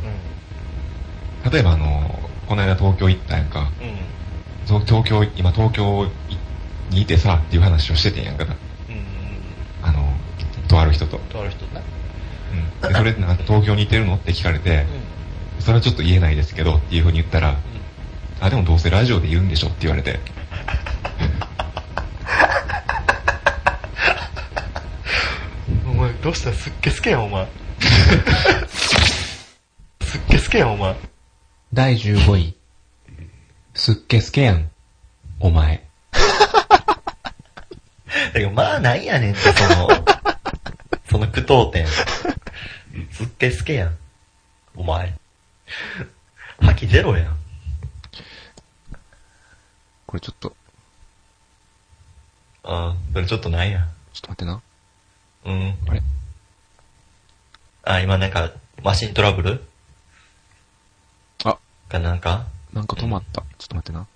[SPEAKER 2] う
[SPEAKER 3] 例えばあのーこの間東京行ったやんか。
[SPEAKER 2] ん。うん。
[SPEAKER 3] そう東京、今東京にいてさ、っていう話をしててんやんか。
[SPEAKER 2] うん。
[SPEAKER 3] あのーとある人と。
[SPEAKER 2] とある人な。
[SPEAKER 3] うん。で、それってなんか東京にいてるのって聞かれて
[SPEAKER 2] う、ん。
[SPEAKER 3] それはちょっと言えないですけど、っていう風に言ったら、あ、でもどうせラジオで言うんでしょって言われて。
[SPEAKER 2] お前、どうしたすっけすけやん、お 前。すっけすけやん、お前。
[SPEAKER 4] 第15位。すっけすけやん。お前。
[SPEAKER 2] だけど、まあ、なんやねんって、そ の、その句読点。すっけすけやん。お前。覇気ゼロやん。
[SPEAKER 1] これちょっと、
[SPEAKER 2] あそれちょっとなんや。
[SPEAKER 1] ちょっと待ってな。
[SPEAKER 2] うん。
[SPEAKER 1] あれ
[SPEAKER 2] あ、今なんか、マシントラブル
[SPEAKER 1] あ、
[SPEAKER 2] かなんか
[SPEAKER 1] なんか止まった。ちょっと待ってな。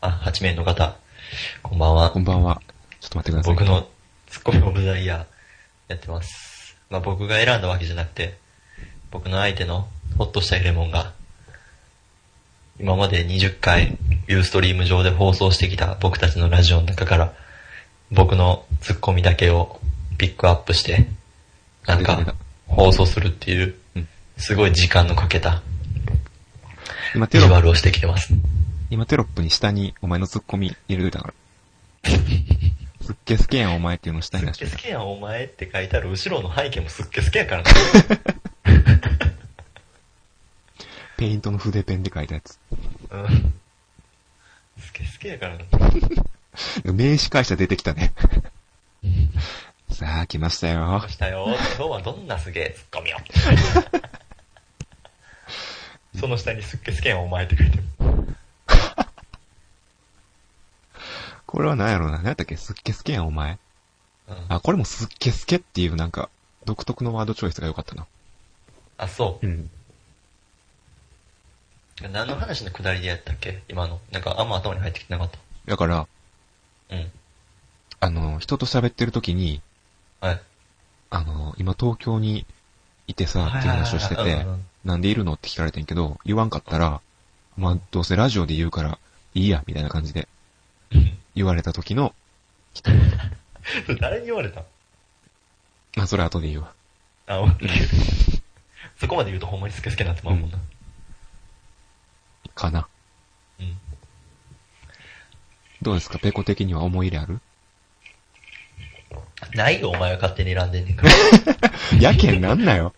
[SPEAKER 2] あ、8名の方。こんばんは
[SPEAKER 1] こ。んばんは。ちょっと待ってください。
[SPEAKER 2] 僕のツッコミオブザイヤーやってます。まあ僕が選んだわけじゃなくて、僕の相手のホッとしたエレモンが、今まで20回、ユーストリーム上で放送してきた僕たちのラジオの中から、僕のツッコミだけをピックアップして、なん
[SPEAKER 1] 出た
[SPEAKER 2] か
[SPEAKER 1] 出た、
[SPEAKER 2] 放送するっていう
[SPEAKER 1] うん、
[SPEAKER 2] すごい時間のかけた、
[SPEAKER 1] 今テ
[SPEAKER 2] ビ
[SPEAKER 1] ロ
[SPEAKER 2] ジ
[SPEAKER 1] ップ
[SPEAKER 2] ュアルをしてきてます。
[SPEAKER 1] 今テロップに下にお前のツッコミ入れといたから。 すっげすけやんお前っていうのを下に出し
[SPEAKER 2] す
[SPEAKER 1] て
[SPEAKER 2] っけ
[SPEAKER 1] た
[SPEAKER 2] す。けやんお前って書いてある後ろの背景もすっけすけやからな。
[SPEAKER 1] ペイントの筆ペンで書いたやつ。
[SPEAKER 2] うん。すけすけやからな。
[SPEAKER 1] 名詞会社出てき たね。さあ、来ましたよ
[SPEAKER 2] ま。したよ。今日はどんなすげえツッコミ を。その下にすっけすけんお前って書いてる。
[SPEAKER 1] これは何やろうな。何やったっけすっげすけやんお前。
[SPEAKER 2] うん
[SPEAKER 1] あ、これもすっげすけっていうなんか、独特のワードチョイスが良かったな。
[SPEAKER 2] あ、そ
[SPEAKER 1] うん。
[SPEAKER 2] う。何の話の下りでやったっけ今の。なんかあんま頭に入ってきてなかっ
[SPEAKER 1] だから、
[SPEAKER 2] た。うん。
[SPEAKER 1] あの、人と喋ってる時に、
[SPEAKER 2] はい。
[SPEAKER 1] あの、今東京にいてさ、っていう話をして
[SPEAKER 2] はいはい
[SPEAKER 1] て
[SPEAKER 2] はいうん、
[SPEAKER 1] なんでいるのって聞かれてんけど、言わんかったら、まあ、どうせラジオで言うから、いいや、みたいな感じで、言われた時の、
[SPEAKER 2] それ 誰に言われた
[SPEAKER 1] まあ、それは後で言うわ。
[SPEAKER 2] あ、 オッケーそこまで言うとほんまにすっけすけになってまうもんな。
[SPEAKER 1] かな。
[SPEAKER 2] うん。
[SPEAKER 1] どうですかペコ的には思い入れあ る
[SPEAKER 2] ないよ、お前が勝手に選んでんねんから。
[SPEAKER 1] やけんなんなよ。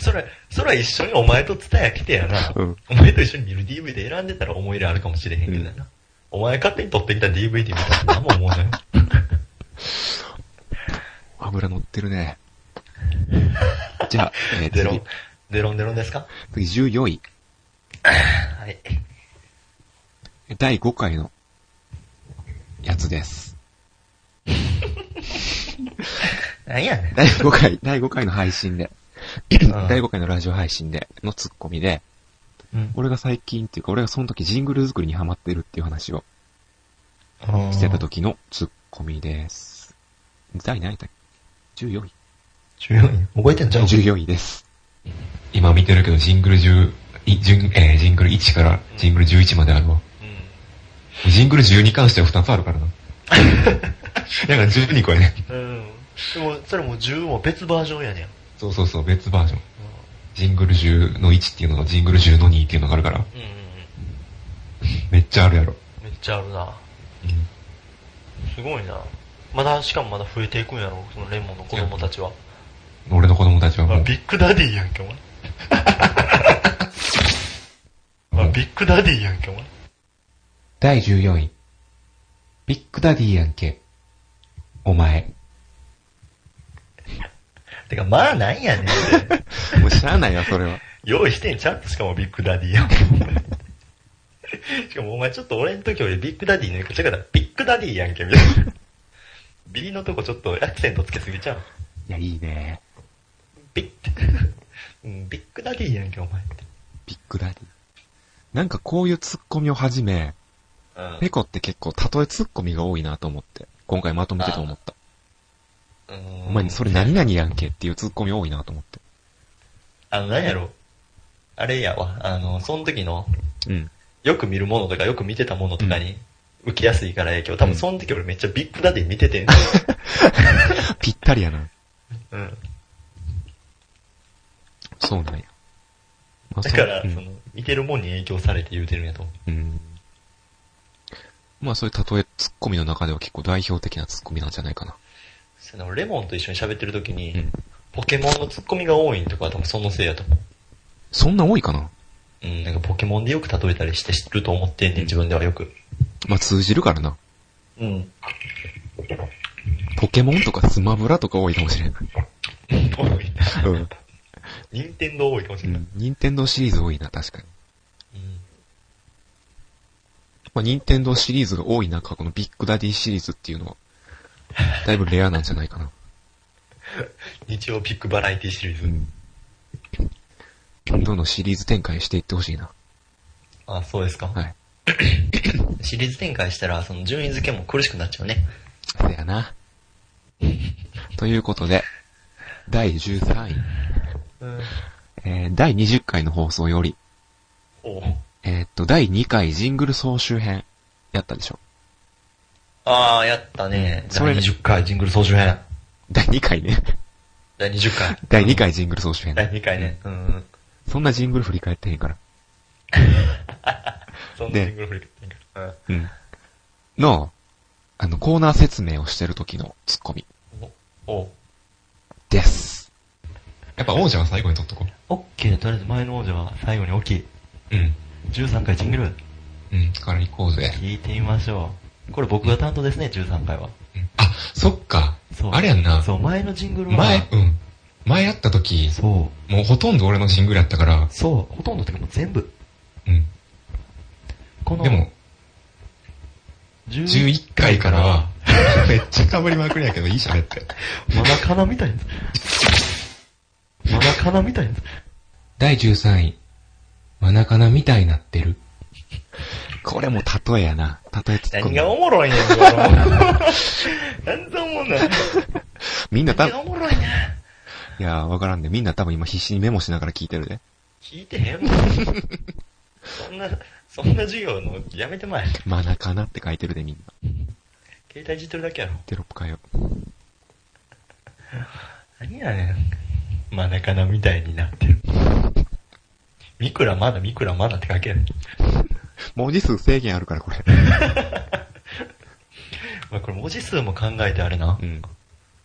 [SPEAKER 2] それ、それは一緒にお前とツタヤ来てやな。
[SPEAKER 1] うん。
[SPEAKER 2] お前と一緒に見る DV で選んでたら思い入れあるかもしれへんけどな。お前勝手に撮ってきた DVD 見たら何も思うなよ。
[SPEAKER 1] 油乗ってるね。じゃあ、えー
[SPEAKER 2] デロン
[SPEAKER 1] 次、、
[SPEAKER 2] デロンデロンですか
[SPEAKER 1] 次14位。
[SPEAKER 2] はい。
[SPEAKER 1] 第5回の、やつです。
[SPEAKER 2] なんやねん。
[SPEAKER 1] 第5回、第5回の配信で、
[SPEAKER 2] ん
[SPEAKER 1] 第5回のラジオ配信でのツッコミで、
[SPEAKER 2] うん
[SPEAKER 1] 俺が最近っていうか、俺がその時ジングル作りにハマってるっていう話をしてた。時のツッコミです。第何位だっけ ?14 位。
[SPEAKER 2] 14位。覚えてんじゃん。
[SPEAKER 1] 14位です。
[SPEAKER 3] 今見てるけど、ジングル10、いジンえージングル1からジングル11まであるわ。ジングル10に関しては2つあるからな。だから12個やね。
[SPEAKER 2] うん。うん。でも、それも10も別バージョンやねん。
[SPEAKER 3] そうそうそう、別バージョン。ジングル10の1っていうのとジングル10の2っていうのがあるから、
[SPEAKER 2] うんうんうん。
[SPEAKER 3] めっちゃあるやろ。
[SPEAKER 2] めっちゃあるな。
[SPEAKER 3] うん。
[SPEAKER 2] すごいな。まだ、しかもまだ増えていくんやろ、そのレモンの子供たちは。
[SPEAKER 3] 俺の子供たちは
[SPEAKER 2] まあ
[SPEAKER 3] もう、
[SPEAKER 2] ビッグダディやんけ、お前。 まあ、ビッグダディやんけ、お前。
[SPEAKER 4] 第14位。ビッグダディやんけ。お前。
[SPEAKER 2] てか、まあ、なんやねん。
[SPEAKER 1] もうしゃあないわ、それは。
[SPEAKER 2] 用意してんちゃん としかもビッグダディやん。しかもお前ちょっと俺の時よりビッグダディの言い方違うから、ビッグダディやんけ、みた いな。ビリのとこちょっとアクセントつけすぎちゃう。
[SPEAKER 4] いや、いいね。
[SPEAKER 2] ビッ、うんビッグダディやんけ、お前。
[SPEAKER 1] ビッグダディ。なんかこういうツッコミをはじめ、ペコって結構例えツッコミが多いなと思って、今回まとめてと思った。
[SPEAKER 2] うん。
[SPEAKER 1] お前にそれ何々やんけっていうツッコミ多いなと思って。
[SPEAKER 2] あの、なんやろ。あれやわ。あの、その時の、
[SPEAKER 1] うん。
[SPEAKER 2] よく見るものとか、よく見てたものとかに、浮きやすいから影響。多分その時俺めっちゃビッグダディ見ててん。
[SPEAKER 1] ぴったりやな。
[SPEAKER 2] うん。
[SPEAKER 1] そうなんや。まあ
[SPEAKER 2] だから、
[SPEAKER 1] う
[SPEAKER 2] そ
[SPEAKER 1] ん
[SPEAKER 2] の、見てるもんに影響されて言うてるんやと思う。
[SPEAKER 1] うん。まあそういう例えツッコミの中では結構代表的なツッコミなんじゃないかな。
[SPEAKER 2] そのレモンと一緒に喋ってる時に、
[SPEAKER 1] うん。
[SPEAKER 2] ポケモンのツッコミが多いんとかは多分そのせいやと思う。
[SPEAKER 1] そんな多いかな
[SPEAKER 2] うん、なんかポケモンでよく例えたりして知ってると思ってんねん、自分ではよく。
[SPEAKER 1] まあ通じるからな。
[SPEAKER 2] うん。
[SPEAKER 1] ポケモンとかスマブラとか多いかもしれない。
[SPEAKER 2] 多いな。
[SPEAKER 1] うん。
[SPEAKER 2] 任天堂多いかもし
[SPEAKER 1] う
[SPEAKER 2] れない。
[SPEAKER 1] ん。ニンテンドーシリーズ多いな、確かに。
[SPEAKER 2] うん
[SPEAKER 1] まあ、任天堂シリーズが多い中、このビッグダディシリーズっていうのは、だいぶレアなんじゃないかな。
[SPEAKER 2] 日曜ピックバラエティシリーズ。
[SPEAKER 1] どんどんシリーズ展開していってほしいな。
[SPEAKER 2] あ、そうですか。
[SPEAKER 1] はい。
[SPEAKER 2] シリーズ展開したら、その順位付けも苦しくなっちゃうね。
[SPEAKER 1] そうやな。 ということで、第13位、
[SPEAKER 2] うん。
[SPEAKER 1] えー、第20回の放送より、
[SPEAKER 2] おう
[SPEAKER 1] えーっと、第2回ジングル総集編、やったでしょ。
[SPEAKER 2] あー、やったね。
[SPEAKER 1] それ
[SPEAKER 2] 第20回ジングル総集編。
[SPEAKER 1] 第2回ね。
[SPEAKER 2] 第20回。
[SPEAKER 1] 第2回ジングル総集編。
[SPEAKER 2] 第2回ね。うん。
[SPEAKER 1] そんなジングル振り返ってへんから。
[SPEAKER 2] そんな
[SPEAKER 1] で
[SPEAKER 2] ジングル振り返ってんから。うん
[SPEAKER 1] うん。の、あの、コーナー説明をしてる時のツッコミ
[SPEAKER 2] おう
[SPEAKER 1] です。
[SPEAKER 3] やっぱ王者は最後に取っとこ
[SPEAKER 2] オッケー、とりあえず前の王者は最後に大きい。
[SPEAKER 3] う。うん。
[SPEAKER 2] 13回ジングル、
[SPEAKER 3] うん、から行こうぜ。
[SPEAKER 2] 聞いてみましょう。これ僕が担当ですね、13回は。
[SPEAKER 3] うんあ、そっか。
[SPEAKER 2] そう。
[SPEAKER 3] あれやんな。
[SPEAKER 2] そう、前のジングルは。
[SPEAKER 3] 前、うん。前やった時、
[SPEAKER 2] そう。
[SPEAKER 3] もうほとんど俺のジングルやったから、
[SPEAKER 2] そう、ほとんどってかもう全部。
[SPEAKER 3] うん。
[SPEAKER 2] この、
[SPEAKER 3] でも、
[SPEAKER 2] 11
[SPEAKER 3] 11回から は、めっちゃ被りまくりやけど、いい喋って。
[SPEAKER 2] まだかなみ たいな。まだかなみたいな。
[SPEAKER 4] 第13位。真中なみたいになってる。
[SPEAKER 1] これも例えやな。例えツッコ
[SPEAKER 2] 何
[SPEAKER 1] ミ。
[SPEAKER 2] がおもろいね ん、この。なんぞおもんない。
[SPEAKER 1] みんな多
[SPEAKER 2] 何
[SPEAKER 1] 分
[SPEAKER 2] がおもろいね
[SPEAKER 1] いやー、わからんで、みんな多分今必死にメモしながら聞いてるで。
[SPEAKER 2] 聞いてへんもん。そんな、そんな授業の、やめてまえ。
[SPEAKER 1] マナカナって書いてるで、みんな。
[SPEAKER 2] 携帯いじってるだけやろ。
[SPEAKER 1] テロップ変えよ
[SPEAKER 2] 何やねん。マナカナみたいになってる。ミクラマナ、ミクラマナって書ける。
[SPEAKER 1] う。文字数制限あるから、これ。
[SPEAKER 2] まあ、これ文字数も考えてあれな
[SPEAKER 1] う。ん。い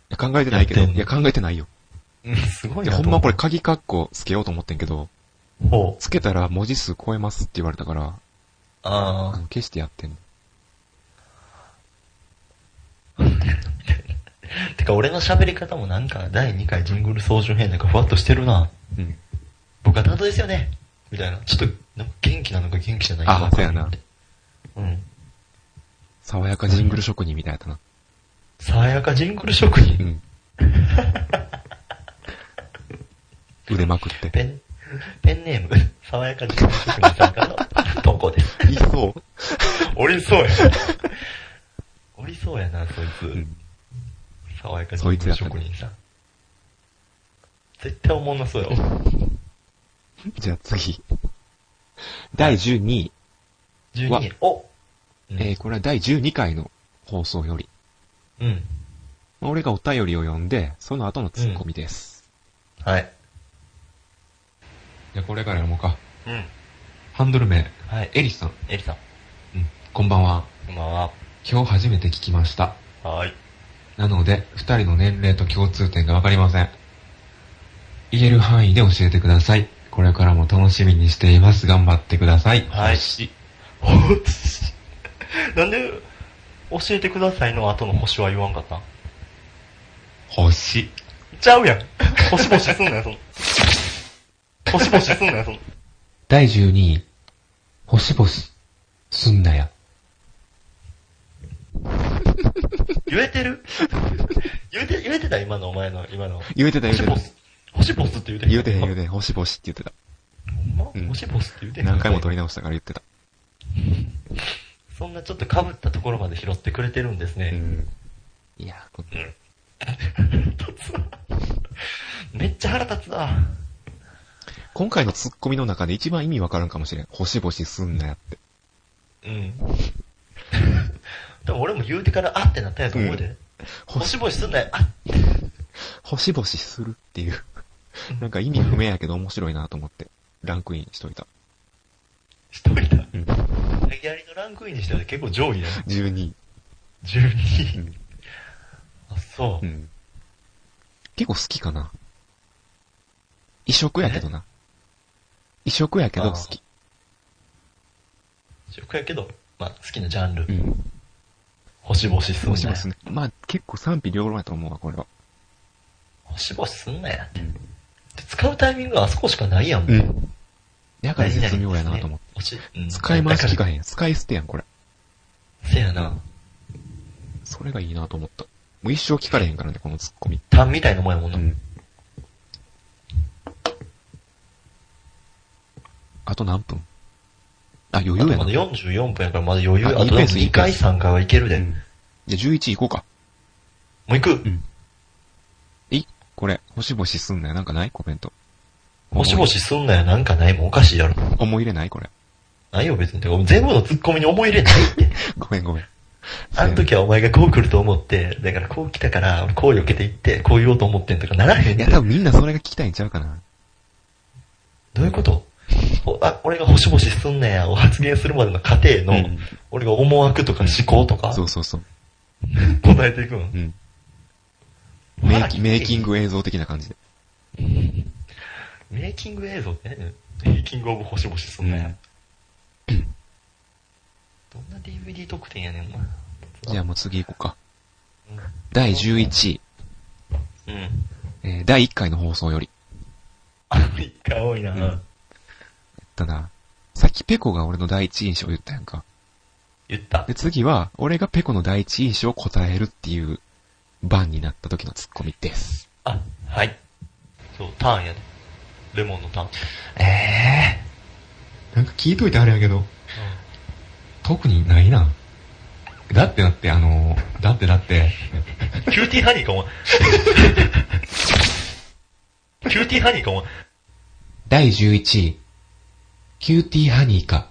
[SPEAKER 1] や、考えてないけど。
[SPEAKER 2] やってんの
[SPEAKER 1] いや、考えてないよ。
[SPEAKER 2] うん、すごい
[SPEAKER 1] いや、ほ
[SPEAKER 2] な。
[SPEAKER 1] んまこれ
[SPEAKER 2] と
[SPEAKER 1] 鍵カッコつけようと思ってんけど、
[SPEAKER 2] 思う。ほう。
[SPEAKER 1] つけたら文字数超えますって言われたから、あ
[SPEAKER 2] あ
[SPEAKER 1] の、消してやってんの。
[SPEAKER 2] あ。てか俺の喋り方もなんか、第2回ジングル総集編なんかふわっとしてるな。
[SPEAKER 1] うん。
[SPEAKER 2] 僕は担当ですよね。みたいな。ちょっと、なんか元気なのか元気じゃないのか。
[SPEAKER 1] あそうやな。
[SPEAKER 2] うん。
[SPEAKER 1] 爽やかジングル職人みたいだったな。
[SPEAKER 2] 爽やかジングル職
[SPEAKER 1] う
[SPEAKER 2] 人。
[SPEAKER 1] ん。腕まくって。
[SPEAKER 2] ペン、ペンネーム、爽やかジングル職人さんからの投稿です。
[SPEAKER 1] いそう。
[SPEAKER 2] おりそうや。おりそうやな、そいつ。
[SPEAKER 1] ん
[SPEAKER 2] 爽やかジングル職人さん。絶対おもんなそうやわ。
[SPEAKER 1] じゃあ次。第12位。わ
[SPEAKER 2] 12。お、うん
[SPEAKER 1] えー、これは第12回の放送より。
[SPEAKER 2] うん。
[SPEAKER 1] まあ俺がお便りを読んで、その後のツッコミです。
[SPEAKER 2] はい。
[SPEAKER 3] じゃあこれから読もうか。
[SPEAKER 2] うん。
[SPEAKER 3] ハンドル名、
[SPEAKER 2] はい。
[SPEAKER 3] エリさん。
[SPEAKER 2] エリさん。
[SPEAKER 3] うん。こんばんは。
[SPEAKER 2] こんばんは。
[SPEAKER 3] 今日初めて聞きました。
[SPEAKER 2] はーい。
[SPEAKER 3] なので、二人の年齢と共通点がわかりません。言える範囲で教えてください。これからも楽しみにしています。頑張ってください。
[SPEAKER 2] はい
[SPEAKER 3] 星
[SPEAKER 2] 星なんで、教えてくださいの後の星は言わんかったん
[SPEAKER 3] 星。
[SPEAKER 2] ちゃうやん。星々すんなよ、その。星々すんなよ、その。
[SPEAKER 4] 第12位、星々、すんなや。
[SPEAKER 2] 言えてる言えて、言えてた今のお前の、今の。
[SPEAKER 1] 言うてた言う
[SPEAKER 2] 星
[SPEAKER 1] てた
[SPEAKER 2] ボ。ス。星ボスって言うて
[SPEAKER 1] 言うてへん言うて
[SPEAKER 2] て
[SPEAKER 1] へん。星々って言 ってた。
[SPEAKER 2] ほんま
[SPEAKER 1] うん
[SPEAKER 2] 星ボスって言うてへん
[SPEAKER 1] 何回も撮り直したから言ってた。
[SPEAKER 2] そんなちょっと被ったところまで拾ってくれてるんです
[SPEAKER 1] う
[SPEAKER 2] ね。
[SPEAKER 1] ん。いや、こ
[SPEAKER 2] めっちゃ腹立つな。
[SPEAKER 1] 今回のツッコミの中で一番意味わからんかもしれん。星々すんなやって。
[SPEAKER 2] うん。でも俺も言うてからあってなったやつ思うで。
[SPEAKER 1] 星
[SPEAKER 2] 星ボスすんなよ、あ
[SPEAKER 1] 星々するっていう。なんか意味不明やけど面白いなと思って、ランクインしといた。
[SPEAKER 2] しといた。
[SPEAKER 1] うん。
[SPEAKER 2] やりのランクインにしては結構上位だよ。
[SPEAKER 1] 12位。う
[SPEAKER 2] 12
[SPEAKER 1] ん。
[SPEAKER 2] あ、そうう。
[SPEAKER 1] ん。結構好きかな。異色やけどな。異色やけど好き。
[SPEAKER 2] 職やけど、まあ好きなジャンル
[SPEAKER 1] う。ん。
[SPEAKER 2] 星々すんなよ。
[SPEAKER 1] 星々すんな。まあ結構賛否両論やと思うわ、これは。
[SPEAKER 2] 星々すんなよって。使うタイミングはあそこしかないやん。もう。
[SPEAKER 1] だから絶妙やなと思って。
[SPEAKER 2] 星うん
[SPEAKER 1] 使い回し
[SPEAKER 2] だ
[SPEAKER 1] 聞
[SPEAKER 2] か
[SPEAKER 1] かへん。使い捨てやん、これ。
[SPEAKER 2] らせやな。
[SPEAKER 1] それがいいなと思った。もう一生聞かれへんからね、このツッコミ。
[SPEAKER 2] タンみたいなもんやもんな。
[SPEAKER 1] ん。あと何分あ、余
[SPEAKER 2] あ
[SPEAKER 1] 裕
[SPEAKER 2] と
[SPEAKER 1] やな。
[SPEAKER 2] まだ
[SPEAKER 1] じゃ
[SPEAKER 2] 44分やからまだ余裕。
[SPEAKER 1] あ
[SPEAKER 2] あ
[SPEAKER 1] いいペ
[SPEAKER 2] とで
[SPEAKER 1] ー
[SPEAKER 2] も
[SPEAKER 1] ス
[SPEAKER 2] 2回
[SPEAKER 1] いいペース
[SPEAKER 2] 3回はいけるで。
[SPEAKER 1] うんあ11行こうか。
[SPEAKER 2] もう行く
[SPEAKER 1] んえいこれ、星々すんなよ。なんかないコメント。
[SPEAKER 2] 星々すんなよなんかないもんおかしいやろ。
[SPEAKER 1] 思い入れないこれ。
[SPEAKER 2] ないよ別に。てか全部のツッコミに思い入れないって。
[SPEAKER 1] ごめんごめん。
[SPEAKER 2] あの時はお前がこう来ると思って、だからこう来たから、俺こう避けていって、こう言おうと思ってんとかならへん
[SPEAKER 1] い
[SPEAKER 2] ね
[SPEAKER 1] や、
[SPEAKER 2] ん。
[SPEAKER 1] 多分みんなそれが聞きたいんちゃうかな。
[SPEAKER 2] どういうことおあ、俺が星々すんなやを発言するまでの過程の、
[SPEAKER 1] うん
[SPEAKER 2] 俺が思惑とか思考とか、
[SPEAKER 1] そうそうそう。
[SPEAKER 2] 答えていくの。
[SPEAKER 1] うん。メイ
[SPEAKER 2] まあ
[SPEAKER 1] キメイキン。グ映像的な感じで。
[SPEAKER 2] メイキング映像ってね、メイキングオブ星々すんなや。どんな DVD 特典やねん、お前。
[SPEAKER 1] じゃあもう次行こうか。第11位。
[SPEAKER 2] うん。
[SPEAKER 1] えー第1回の放送より。
[SPEAKER 2] アフリカ多いな。
[SPEAKER 1] んただ、さっきペコが俺の第一印象言ったやんか。
[SPEAKER 2] 言った
[SPEAKER 1] で、。次は、俺がペコの第一印象を答えるっていう番になった時のツッコミです。
[SPEAKER 2] あ、はい。そう、ターンやで。レモンのターン。
[SPEAKER 3] えー。なんか聞いといてあれやけど、特にないな。だってだって、あのー、だってだって、
[SPEAKER 2] キューティーハニー かも。キューティーハニーかも。
[SPEAKER 4] 第11位、キューティーハニーか、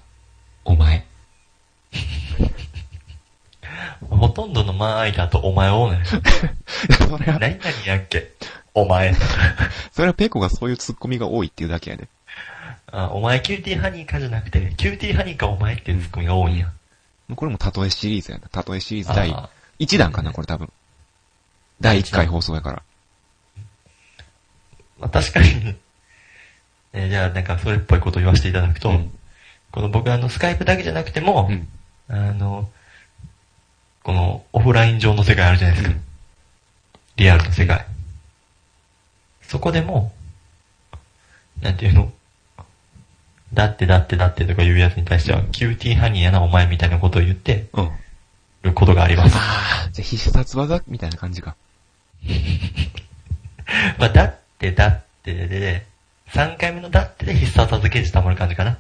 [SPEAKER 4] お 前。
[SPEAKER 2] ほとんどの間間とお前をね。
[SPEAKER 1] それは、
[SPEAKER 2] 何々やっけ。お 前。
[SPEAKER 1] それはペコがそういうツッコミが多いっていうだけやで。
[SPEAKER 2] あお前キューティーハニーかじゃなくて、キューティーハニーかお前っていうツッコミが多いんや。
[SPEAKER 1] もうこれもたとえシリーズやな。たとえシリーズ
[SPEAKER 2] あー
[SPEAKER 1] 第1弾かな、これ多分。第1回放送やから。
[SPEAKER 2] まあ確かに、えじゃあなんかそれっぽいことを言わせていただくと、
[SPEAKER 1] うん
[SPEAKER 2] この僕あのスカイプだけじゃなくても、
[SPEAKER 1] うん。
[SPEAKER 2] あの、このオフライン上の世界あるじゃないですか。リアルの世界。そこでも、なんていうのだってだってだってとか言うやつに対しては、キューティーハニーやなお前みたいなことを言って
[SPEAKER 1] うん。
[SPEAKER 2] ることがあ ります。
[SPEAKER 1] あー、じゃあ必殺技みたいな感じか。
[SPEAKER 2] まあ、だってだってでで、3回目のだってで必殺技刑事たまる感じかな。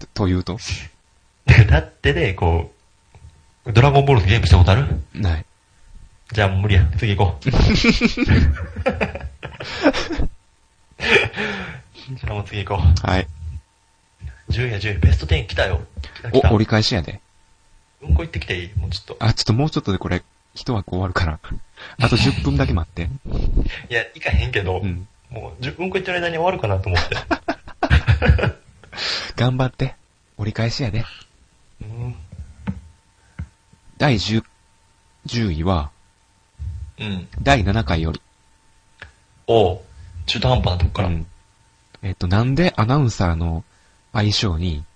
[SPEAKER 1] とというと
[SPEAKER 2] だからだってで、こう、ドラゴンボールのゲームしたことある
[SPEAKER 1] ない。
[SPEAKER 2] じゃあもう無理や。次行こう。じ ゃあもう次行こ
[SPEAKER 1] はい。
[SPEAKER 2] う。10位や10位。ベスト10来たよ。来た来た。
[SPEAKER 1] お、折り返しやで。
[SPEAKER 2] うんこ行ってきていいもうちょっと。
[SPEAKER 1] あ、ちょっともうちょっとでこれ、一枠終わるから、あと10分だけ待 って。
[SPEAKER 2] いや、行かへんけど、
[SPEAKER 1] うん。
[SPEAKER 2] もう10分くらいの間に終わるかなと 思って。
[SPEAKER 1] 頑張って。折り返しやで。
[SPEAKER 2] うん。
[SPEAKER 1] 第10、10位は、
[SPEAKER 2] うん。
[SPEAKER 1] 第7回より。
[SPEAKER 2] おう中途半端なとこから。
[SPEAKER 1] うんえっと、なんでアナウンサーの相性に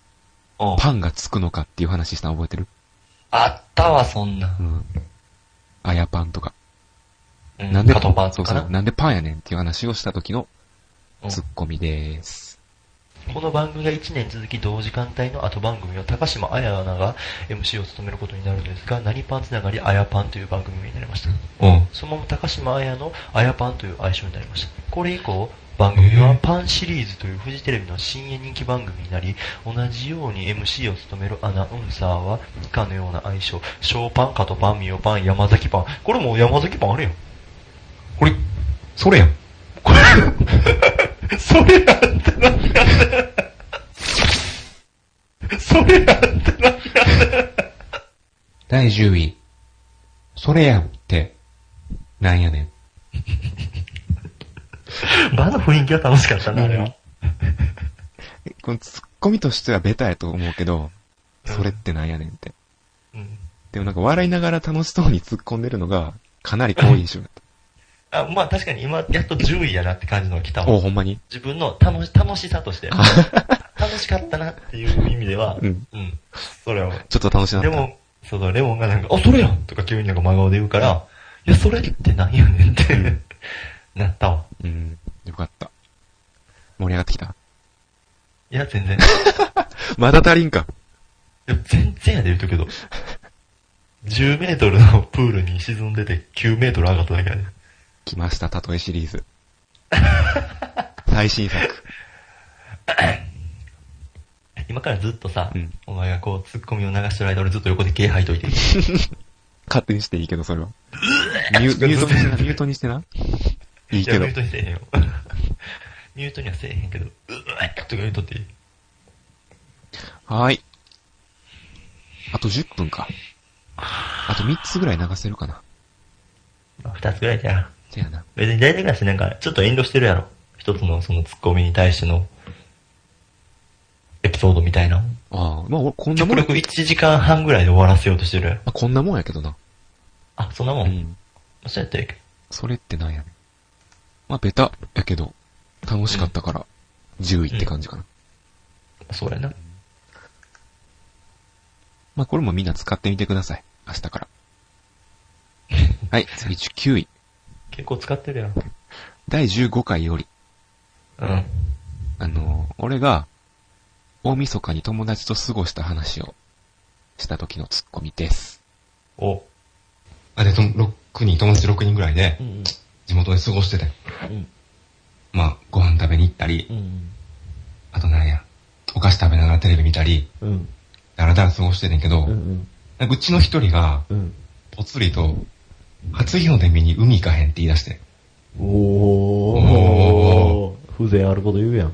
[SPEAKER 2] おう
[SPEAKER 1] パンがつくのかっていう話したの覚えてる
[SPEAKER 2] あったわ、そんな
[SPEAKER 1] う。ん。あやパンとか。
[SPEAKER 2] うん
[SPEAKER 1] なんで、
[SPEAKER 2] カトパン
[SPEAKER 1] そ
[SPEAKER 2] と
[SPEAKER 1] う
[SPEAKER 2] か
[SPEAKER 1] そ
[SPEAKER 2] な
[SPEAKER 1] う。なんでパンやねんっていう話をした時の
[SPEAKER 2] うん
[SPEAKER 1] ツッコミです。
[SPEAKER 2] この番組が1年続き同時間帯の後番組を高島彩アナが MC を務めることになるんですが、何パンつながりあやパンという番組になりました。
[SPEAKER 3] うん。
[SPEAKER 2] そのまま高島彩のあやパンという愛称になりました。これ以降、番組はパンシリーズというフジテレビの深夜人気番組になり、同じように MC を務めるアナウンサーは以下のような愛称、小パン、カトパン、ミオパン、山崎パン。これもう山崎パンあるやん。
[SPEAKER 3] これ、それやん。
[SPEAKER 2] これ、 それやってなんやねんそれやってなんや
[SPEAKER 4] 第10位。
[SPEAKER 3] それやんって、なんやねん。
[SPEAKER 2] まだ雰囲気は楽しかったな、あれは。
[SPEAKER 1] このツッコミとしてはベタやと思うけど、
[SPEAKER 2] うん
[SPEAKER 1] それってなんやねんって。
[SPEAKER 2] うん
[SPEAKER 1] でもなんか笑いながら楽しそうに突っ込んでるのが、かなり好印象だっ
[SPEAKER 2] あまあ確かに今、やっと10位やなって感じのが来た
[SPEAKER 1] た。
[SPEAKER 2] わ
[SPEAKER 1] お、ほんまに
[SPEAKER 2] 自分の楽し楽しさとして。楽しかったなっていう意味では、
[SPEAKER 1] う
[SPEAKER 2] うんん。それを。
[SPEAKER 1] ちょっと楽しなった。
[SPEAKER 2] でも、そうそう、レモンがなんか、あ、それやんとか急になんか真顔で言うから、いや、それってなんやねんって、 なったわ。
[SPEAKER 1] うん。よかった。盛り上がってきた。
[SPEAKER 2] いや、全然。
[SPEAKER 1] まだ足りんか。
[SPEAKER 2] いや全然やで言うとくけど。10メートルのプールに沈んでて9メートル上がっただけやで。
[SPEAKER 1] 来ました、たとえシ リーズ。最新作。
[SPEAKER 2] 今からずっとさ、
[SPEAKER 1] うん
[SPEAKER 2] お前がこう、ツッコミを流してる間俺ずっと横で毛吐いといて。
[SPEAKER 1] 勝手にしていいけど、それは。ミュミュートにしてな、ミュートにしてな。いいけ
[SPEAKER 2] や
[SPEAKER 1] ど
[SPEAKER 2] ミュー。トにせえへんよ。 ミュートにはせえへんけど、うわっとか言うとっていい。
[SPEAKER 1] はーい。あと10分か。あと3つぐらい流せるかな。
[SPEAKER 2] まあ、2つぐらいじゃん。
[SPEAKER 1] せやな。
[SPEAKER 2] 別に大体がしなんか、ちょっと遠慮してるやろ。一つのそのツッコミに対しての、エピソードみたいな。
[SPEAKER 1] ああ、まあ俺こんなも
[SPEAKER 2] 極
[SPEAKER 1] ん、ま
[SPEAKER 2] 力1時間半ぐらいで終わらせようとしてるやろ。
[SPEAKER 1] あ、こんなもんやけどな。
[SPEAKER 2] あ、そんなも。
[SPEAKER 1] うんん。
[SPEAKER 2] そうやったらいいけど
[SPEAKER 1] それってなんやねん。まあベタやけど、楽しかったから、10位って感じかな。
[SPEAKER 2] そうやな。
[SPEAKER 1] まあこれもみんな使ってみてください。明日 から。はい、次9位。
[SPEAKER 2] 結構使ってるやん。
[SPEAKER 1] 第15回より、
[SPEAKER 2] うん。
[SPEAKER 1] あのー俺が、大晦日に友達と過ごした話をした時のツッコミです。
[SPEAKER 2] お。
[SPEAKER 3] あ、で、と6人、友達6人ぐらいで
[SPEAKER 2] う、ん。
[SPEAKER 3] 地元で過ごしてて。
[SPEAKER 2] うん。
[SPEAKER 3] まあ、ご飯食べに行ったり、
[SPEAKER 2] うん。
[SPEAKER 3] あとなんや、お菓子食べながらテレビ見たり、
[SPEAKER 2] うん。
[SPEAKER 3] だらだら過ごしててんけど、
[SPEAKER 2] うん。
[SPEAKER 3] なんかうちの一人が、
[SPEAKER 2] うん。
[SPEAKER 3] ぽつりと、初日の出見に海行かへんって言い出して。
[SPEAKER 2] お
[SPEAKER 3] お
[SPEAKER 2] ー。風情あること言うやん。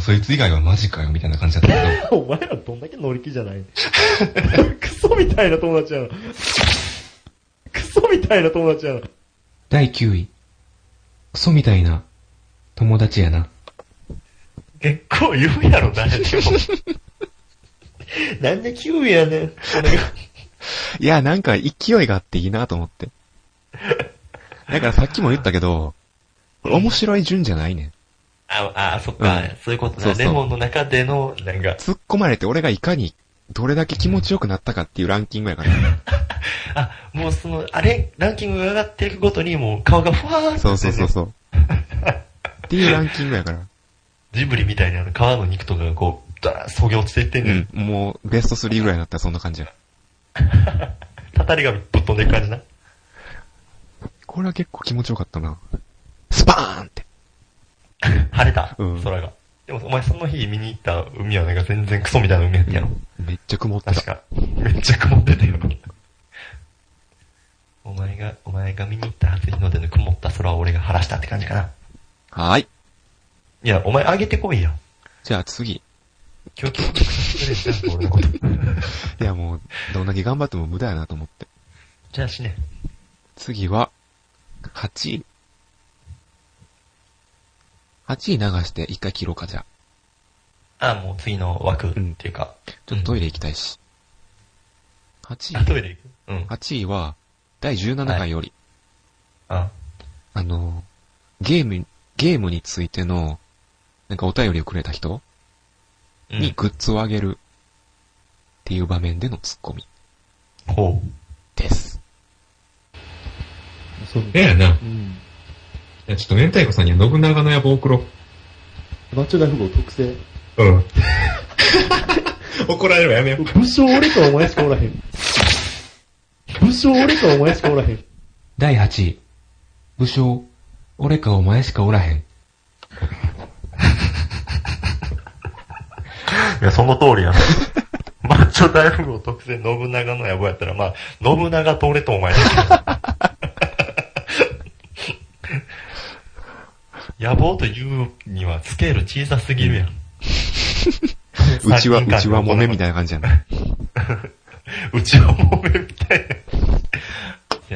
[SPEAKER 3] そいつ以外はマジかよ、みたいな感じだったけど。
[SPEAKER 2] お前らどんだけ乗り気じゃないクソみたいな友達やな。クソみたいな友達やな。
[SPEAKER 4] 第9位。クソみたいな友達やな。
[SPEAKER 2] 結構言うやろ、誰でも。なんでキウイやねん。
[SPEAKER 1] いや、なんか勢いがあっていいなと思って。だからさっきも言ったけど、これ面白い順じゃないねん。
[SPEAKER 2] あ、あ、そっ
[SPEAKER 1] か
[SPEAKER 2] か、そういうこと
[SPEAKER 1] そう
[SPEAKER 2] だ。
[SPEAKER 1] そう
[SPEAKER 2] レモンの中での、なんか、
[SPEAKER 1] 突っ込まれて俺がいかにどれだけ気持ちよくなったかっていうランキングやから。
[SPEAKER 2] あ、もうその、あれ、ランキングが上がっていくごとに、もう顔がふわーって、
[SPEAKER 1] そうそうそうそう。っていうランキングやから。
[SPEAKER 2] ジブリみたいにあの、皮の肉とかがこう、だーそげ落ちていってん
[SPEAKER 1] う
[SPEAKER 2] ねん。
[SPEAKER 1] ん。もう、ベスト3ぐらいになったらそんな感じや。
[SPEAKER 2] たたりがぶっ飛んでいく感じな。
[SPEAKER 1] これは結構気持ちよかったな。スパーンって。
[SPEAKER 2] 晴れた、
[SPEAKER 1] うん
[SPEAKER 2] 空が。でも、お前その日見に行った海はなんか全然クソみたいな海やったやろ。
[SPEAKER 1] めっちゃ曇って
[SPEAKER 2] 確
[SPEAKER 1] た。
[SPEAKER 2] か。めっちゃ曇ってたよ。お前が、お前が見に行った初日の出の曇った空を俺が晴らしたって感じかな。
[SPEAKER 1] はーい。
[SPEAKER 2] いや、お前あげてこいや。
[SPEAKER 1] じゃあ次。
[SPEAKER 2] 今日今日失礼した俺のこと。
[SPEAKER 1] いやもう、どんだけ頑張っても無駄やなと思って。
[SPEAKER 2] じゃあ死ね。
[SPEAKER 1] 次は、8位。8位流して一回切ろうか、じゃあ。
[SPEAKER 2] あ、もう次の枠っていうか。
[SPEAKER 1] ちょっとトイレ行きたいし。8
[SPEAKER 2] あ、
[SPEAKER 1] 位。
[SPEAKER 2] トイレ行くうん。
[SPEAKER 1] 8位は、第17
[SPEAKER 2] は
[SPEAKER 1] 回
[SPEAKER 2] い
[SPEAKER 1] より、
[SPEAKER 2] あ、
[SPEAKER 1] あの、ゲーム、ゲームについての、なんかお便りをくれた人
[SPEAKER 2] う
[SPEAKER 1] に
[SPEAKER 2] ん。
[SPEAKER 1] グッズをあげるっていう場面でのツッコミ
[SPEAKER 2] ほ
[SPEAKER 1] です。
[SPEAKER 3] それやな。い
[SPEAKER 5] うん。
[SPEAKER 3] や、ちょっと明太子さんには信長の野望送ろう。
[SPEAKER 5] マッチョ大富豪特製。
[SPEAKER 3] うん。 怒られるわやめよう。
[SPEAKER 5] 武将俺とお前しかおらへん。武将俺とお前しかおらへん。
[SPEAKER 4] 第8位。武将、俺かお前しかおらへん。
[SPEAKER 2] う。いや、その通りやな。 マッチョ大富豪特製信長の野望やったら、まあ、信長と俺とお前だけど。野望というにはスケール小さすぎるやん。
[SPEAKER 1] うちは、
[SPEAKER 2] 三人間
[SPEAKER 1] うちはもめみたいな感じじゃない。
[SPEAKER 2] うちはもめみたいな。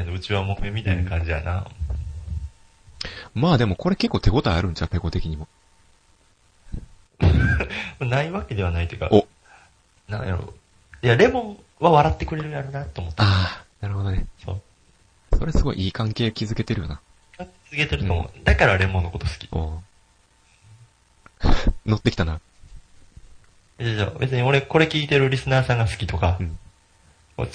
[SPEAKER 2] いやうちはもめみたいな感じやな。
[SPEAKER 1] まあでもこれ結構手応えあるんちゃうペコ的にも。
[SPEAKER 2] ないわけではないというか。
[SPEAKER 1] お。
[SPEAKER 2] なんやろ。いや、レモンは笑ってくれるやろなと思った。
[SPEAKER 1] ああ、なるほどね。
[SPEAKER 2] そう。
[SPEAKER 1] それすごいいい関係築けてるよな。
[SPEAKER 2] 続けてると思う。だからレモンのこと好き。
[SPEAKER 1] おう 乗ってきたな。
[SPEAKER 2] いやいや別に俺これ聞いてるリスナーさんが好きとか、
[SPEAKER 1] うん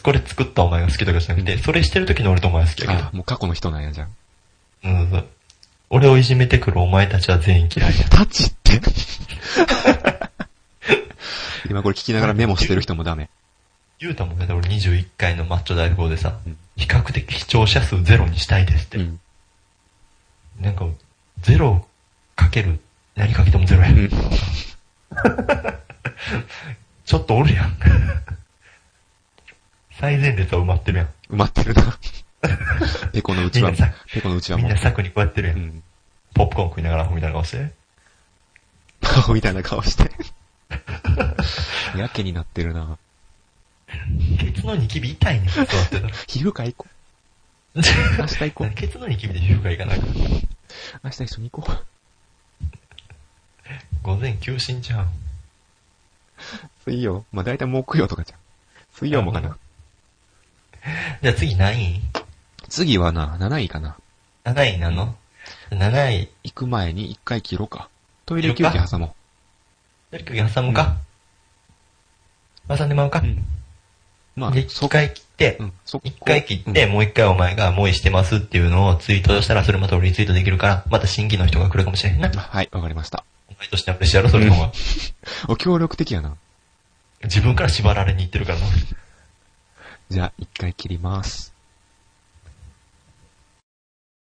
[SPEAKER 2] これ作ったお前が好きとかじゃなくて、それしてる時の俺とお前は好きだ
[SPEAKER 1] ああ、もう過去の人なんやじゃん。
[SPEAKER 2] けど。うん、そう。俺をいじめてくるお前たちは全員嫌いや。
[SPEAKER 1] タッチって 今これ聞きながらメモしてる人もダメ。
[SPEAKER 2] ゆうたもだって俺21回のマッチョ大富豪でさ、
[SPEAKER 1] うん
[SPEAKER 2] 比較的視聴者数ゼロにしたいですって。
[SPEAKER 1] うん。
[SPEAKER 2] なんか、ゼロかける、何かけてもゼロや。
[SPEAKER 1] うん。
[SPEAKER 2] ちょっとおるやん。 最前列は埋まってるやん。
[SPEAKER 1] 埋まってるな。ペコのうちわも
[SPEAKER 2] みんなさ。
[SPEAKER 1] ペコのうちわ
[SPEAKER 2] みん
[SPEAKER 1] も
[SPEAKER 2] な。柵にこうやってるや。
[SPEAKER 1] うんん。
[SPEAKER 2] ポップコーン食いながらアホみたいな顔して。
[SPEAKER 1] 顔みたいな顔 して。やけになってるな。
[SPEAKER 2] ケツのニキビ痛いねん、座ってたら。
[SPEAKER 1] 皮膚科行こう。明日行こう。
[SPEAKER 2] ケツのニキビで皮膚科行かなく
[SPEAKER 1] 明日一緒に行こう。
[SPEAKER 2] 午前休診じゃん。
[SPEAKER 1] 水曜まあ大体木曜とかじゃん。水曜もかな。
[SPEAKER 2] じゃあ次何位
[SPEAKER 1] 次はな、7位かな。
[SPEAKER 2] ?7 位なの ?7 位。
[SPEAKER 1] 行く前に一回切ろうか。トイレ休憩挟も
[SPEAKER 2] とにかく挟むか、挟んでまうか、
[SPEAKER 1] う。うん。まあ、
[SPEAKER 2] で、
[SPEAKER 1] そ
[SPEAKER 2] 一回切って
[SPEAKER 1] う、ん、そこ
[SPEAKER 2] 一、回切って、もう一回お前がもうしてますっていうのをツイートしたら、それまた俺リツイートできるから、また新規の人が来るかもしれへんな
[SPEAKER 1] うん。。はい、わかりました。
[SPEAKER 2] お前としては嬉しいやろ、それの方が。
[SPEAKER 1] お、協力的やな。
[SPEAKER 2] 自分から縛られに行ってるからな。
[SPEAKER 1] じゃあ、一回切ります。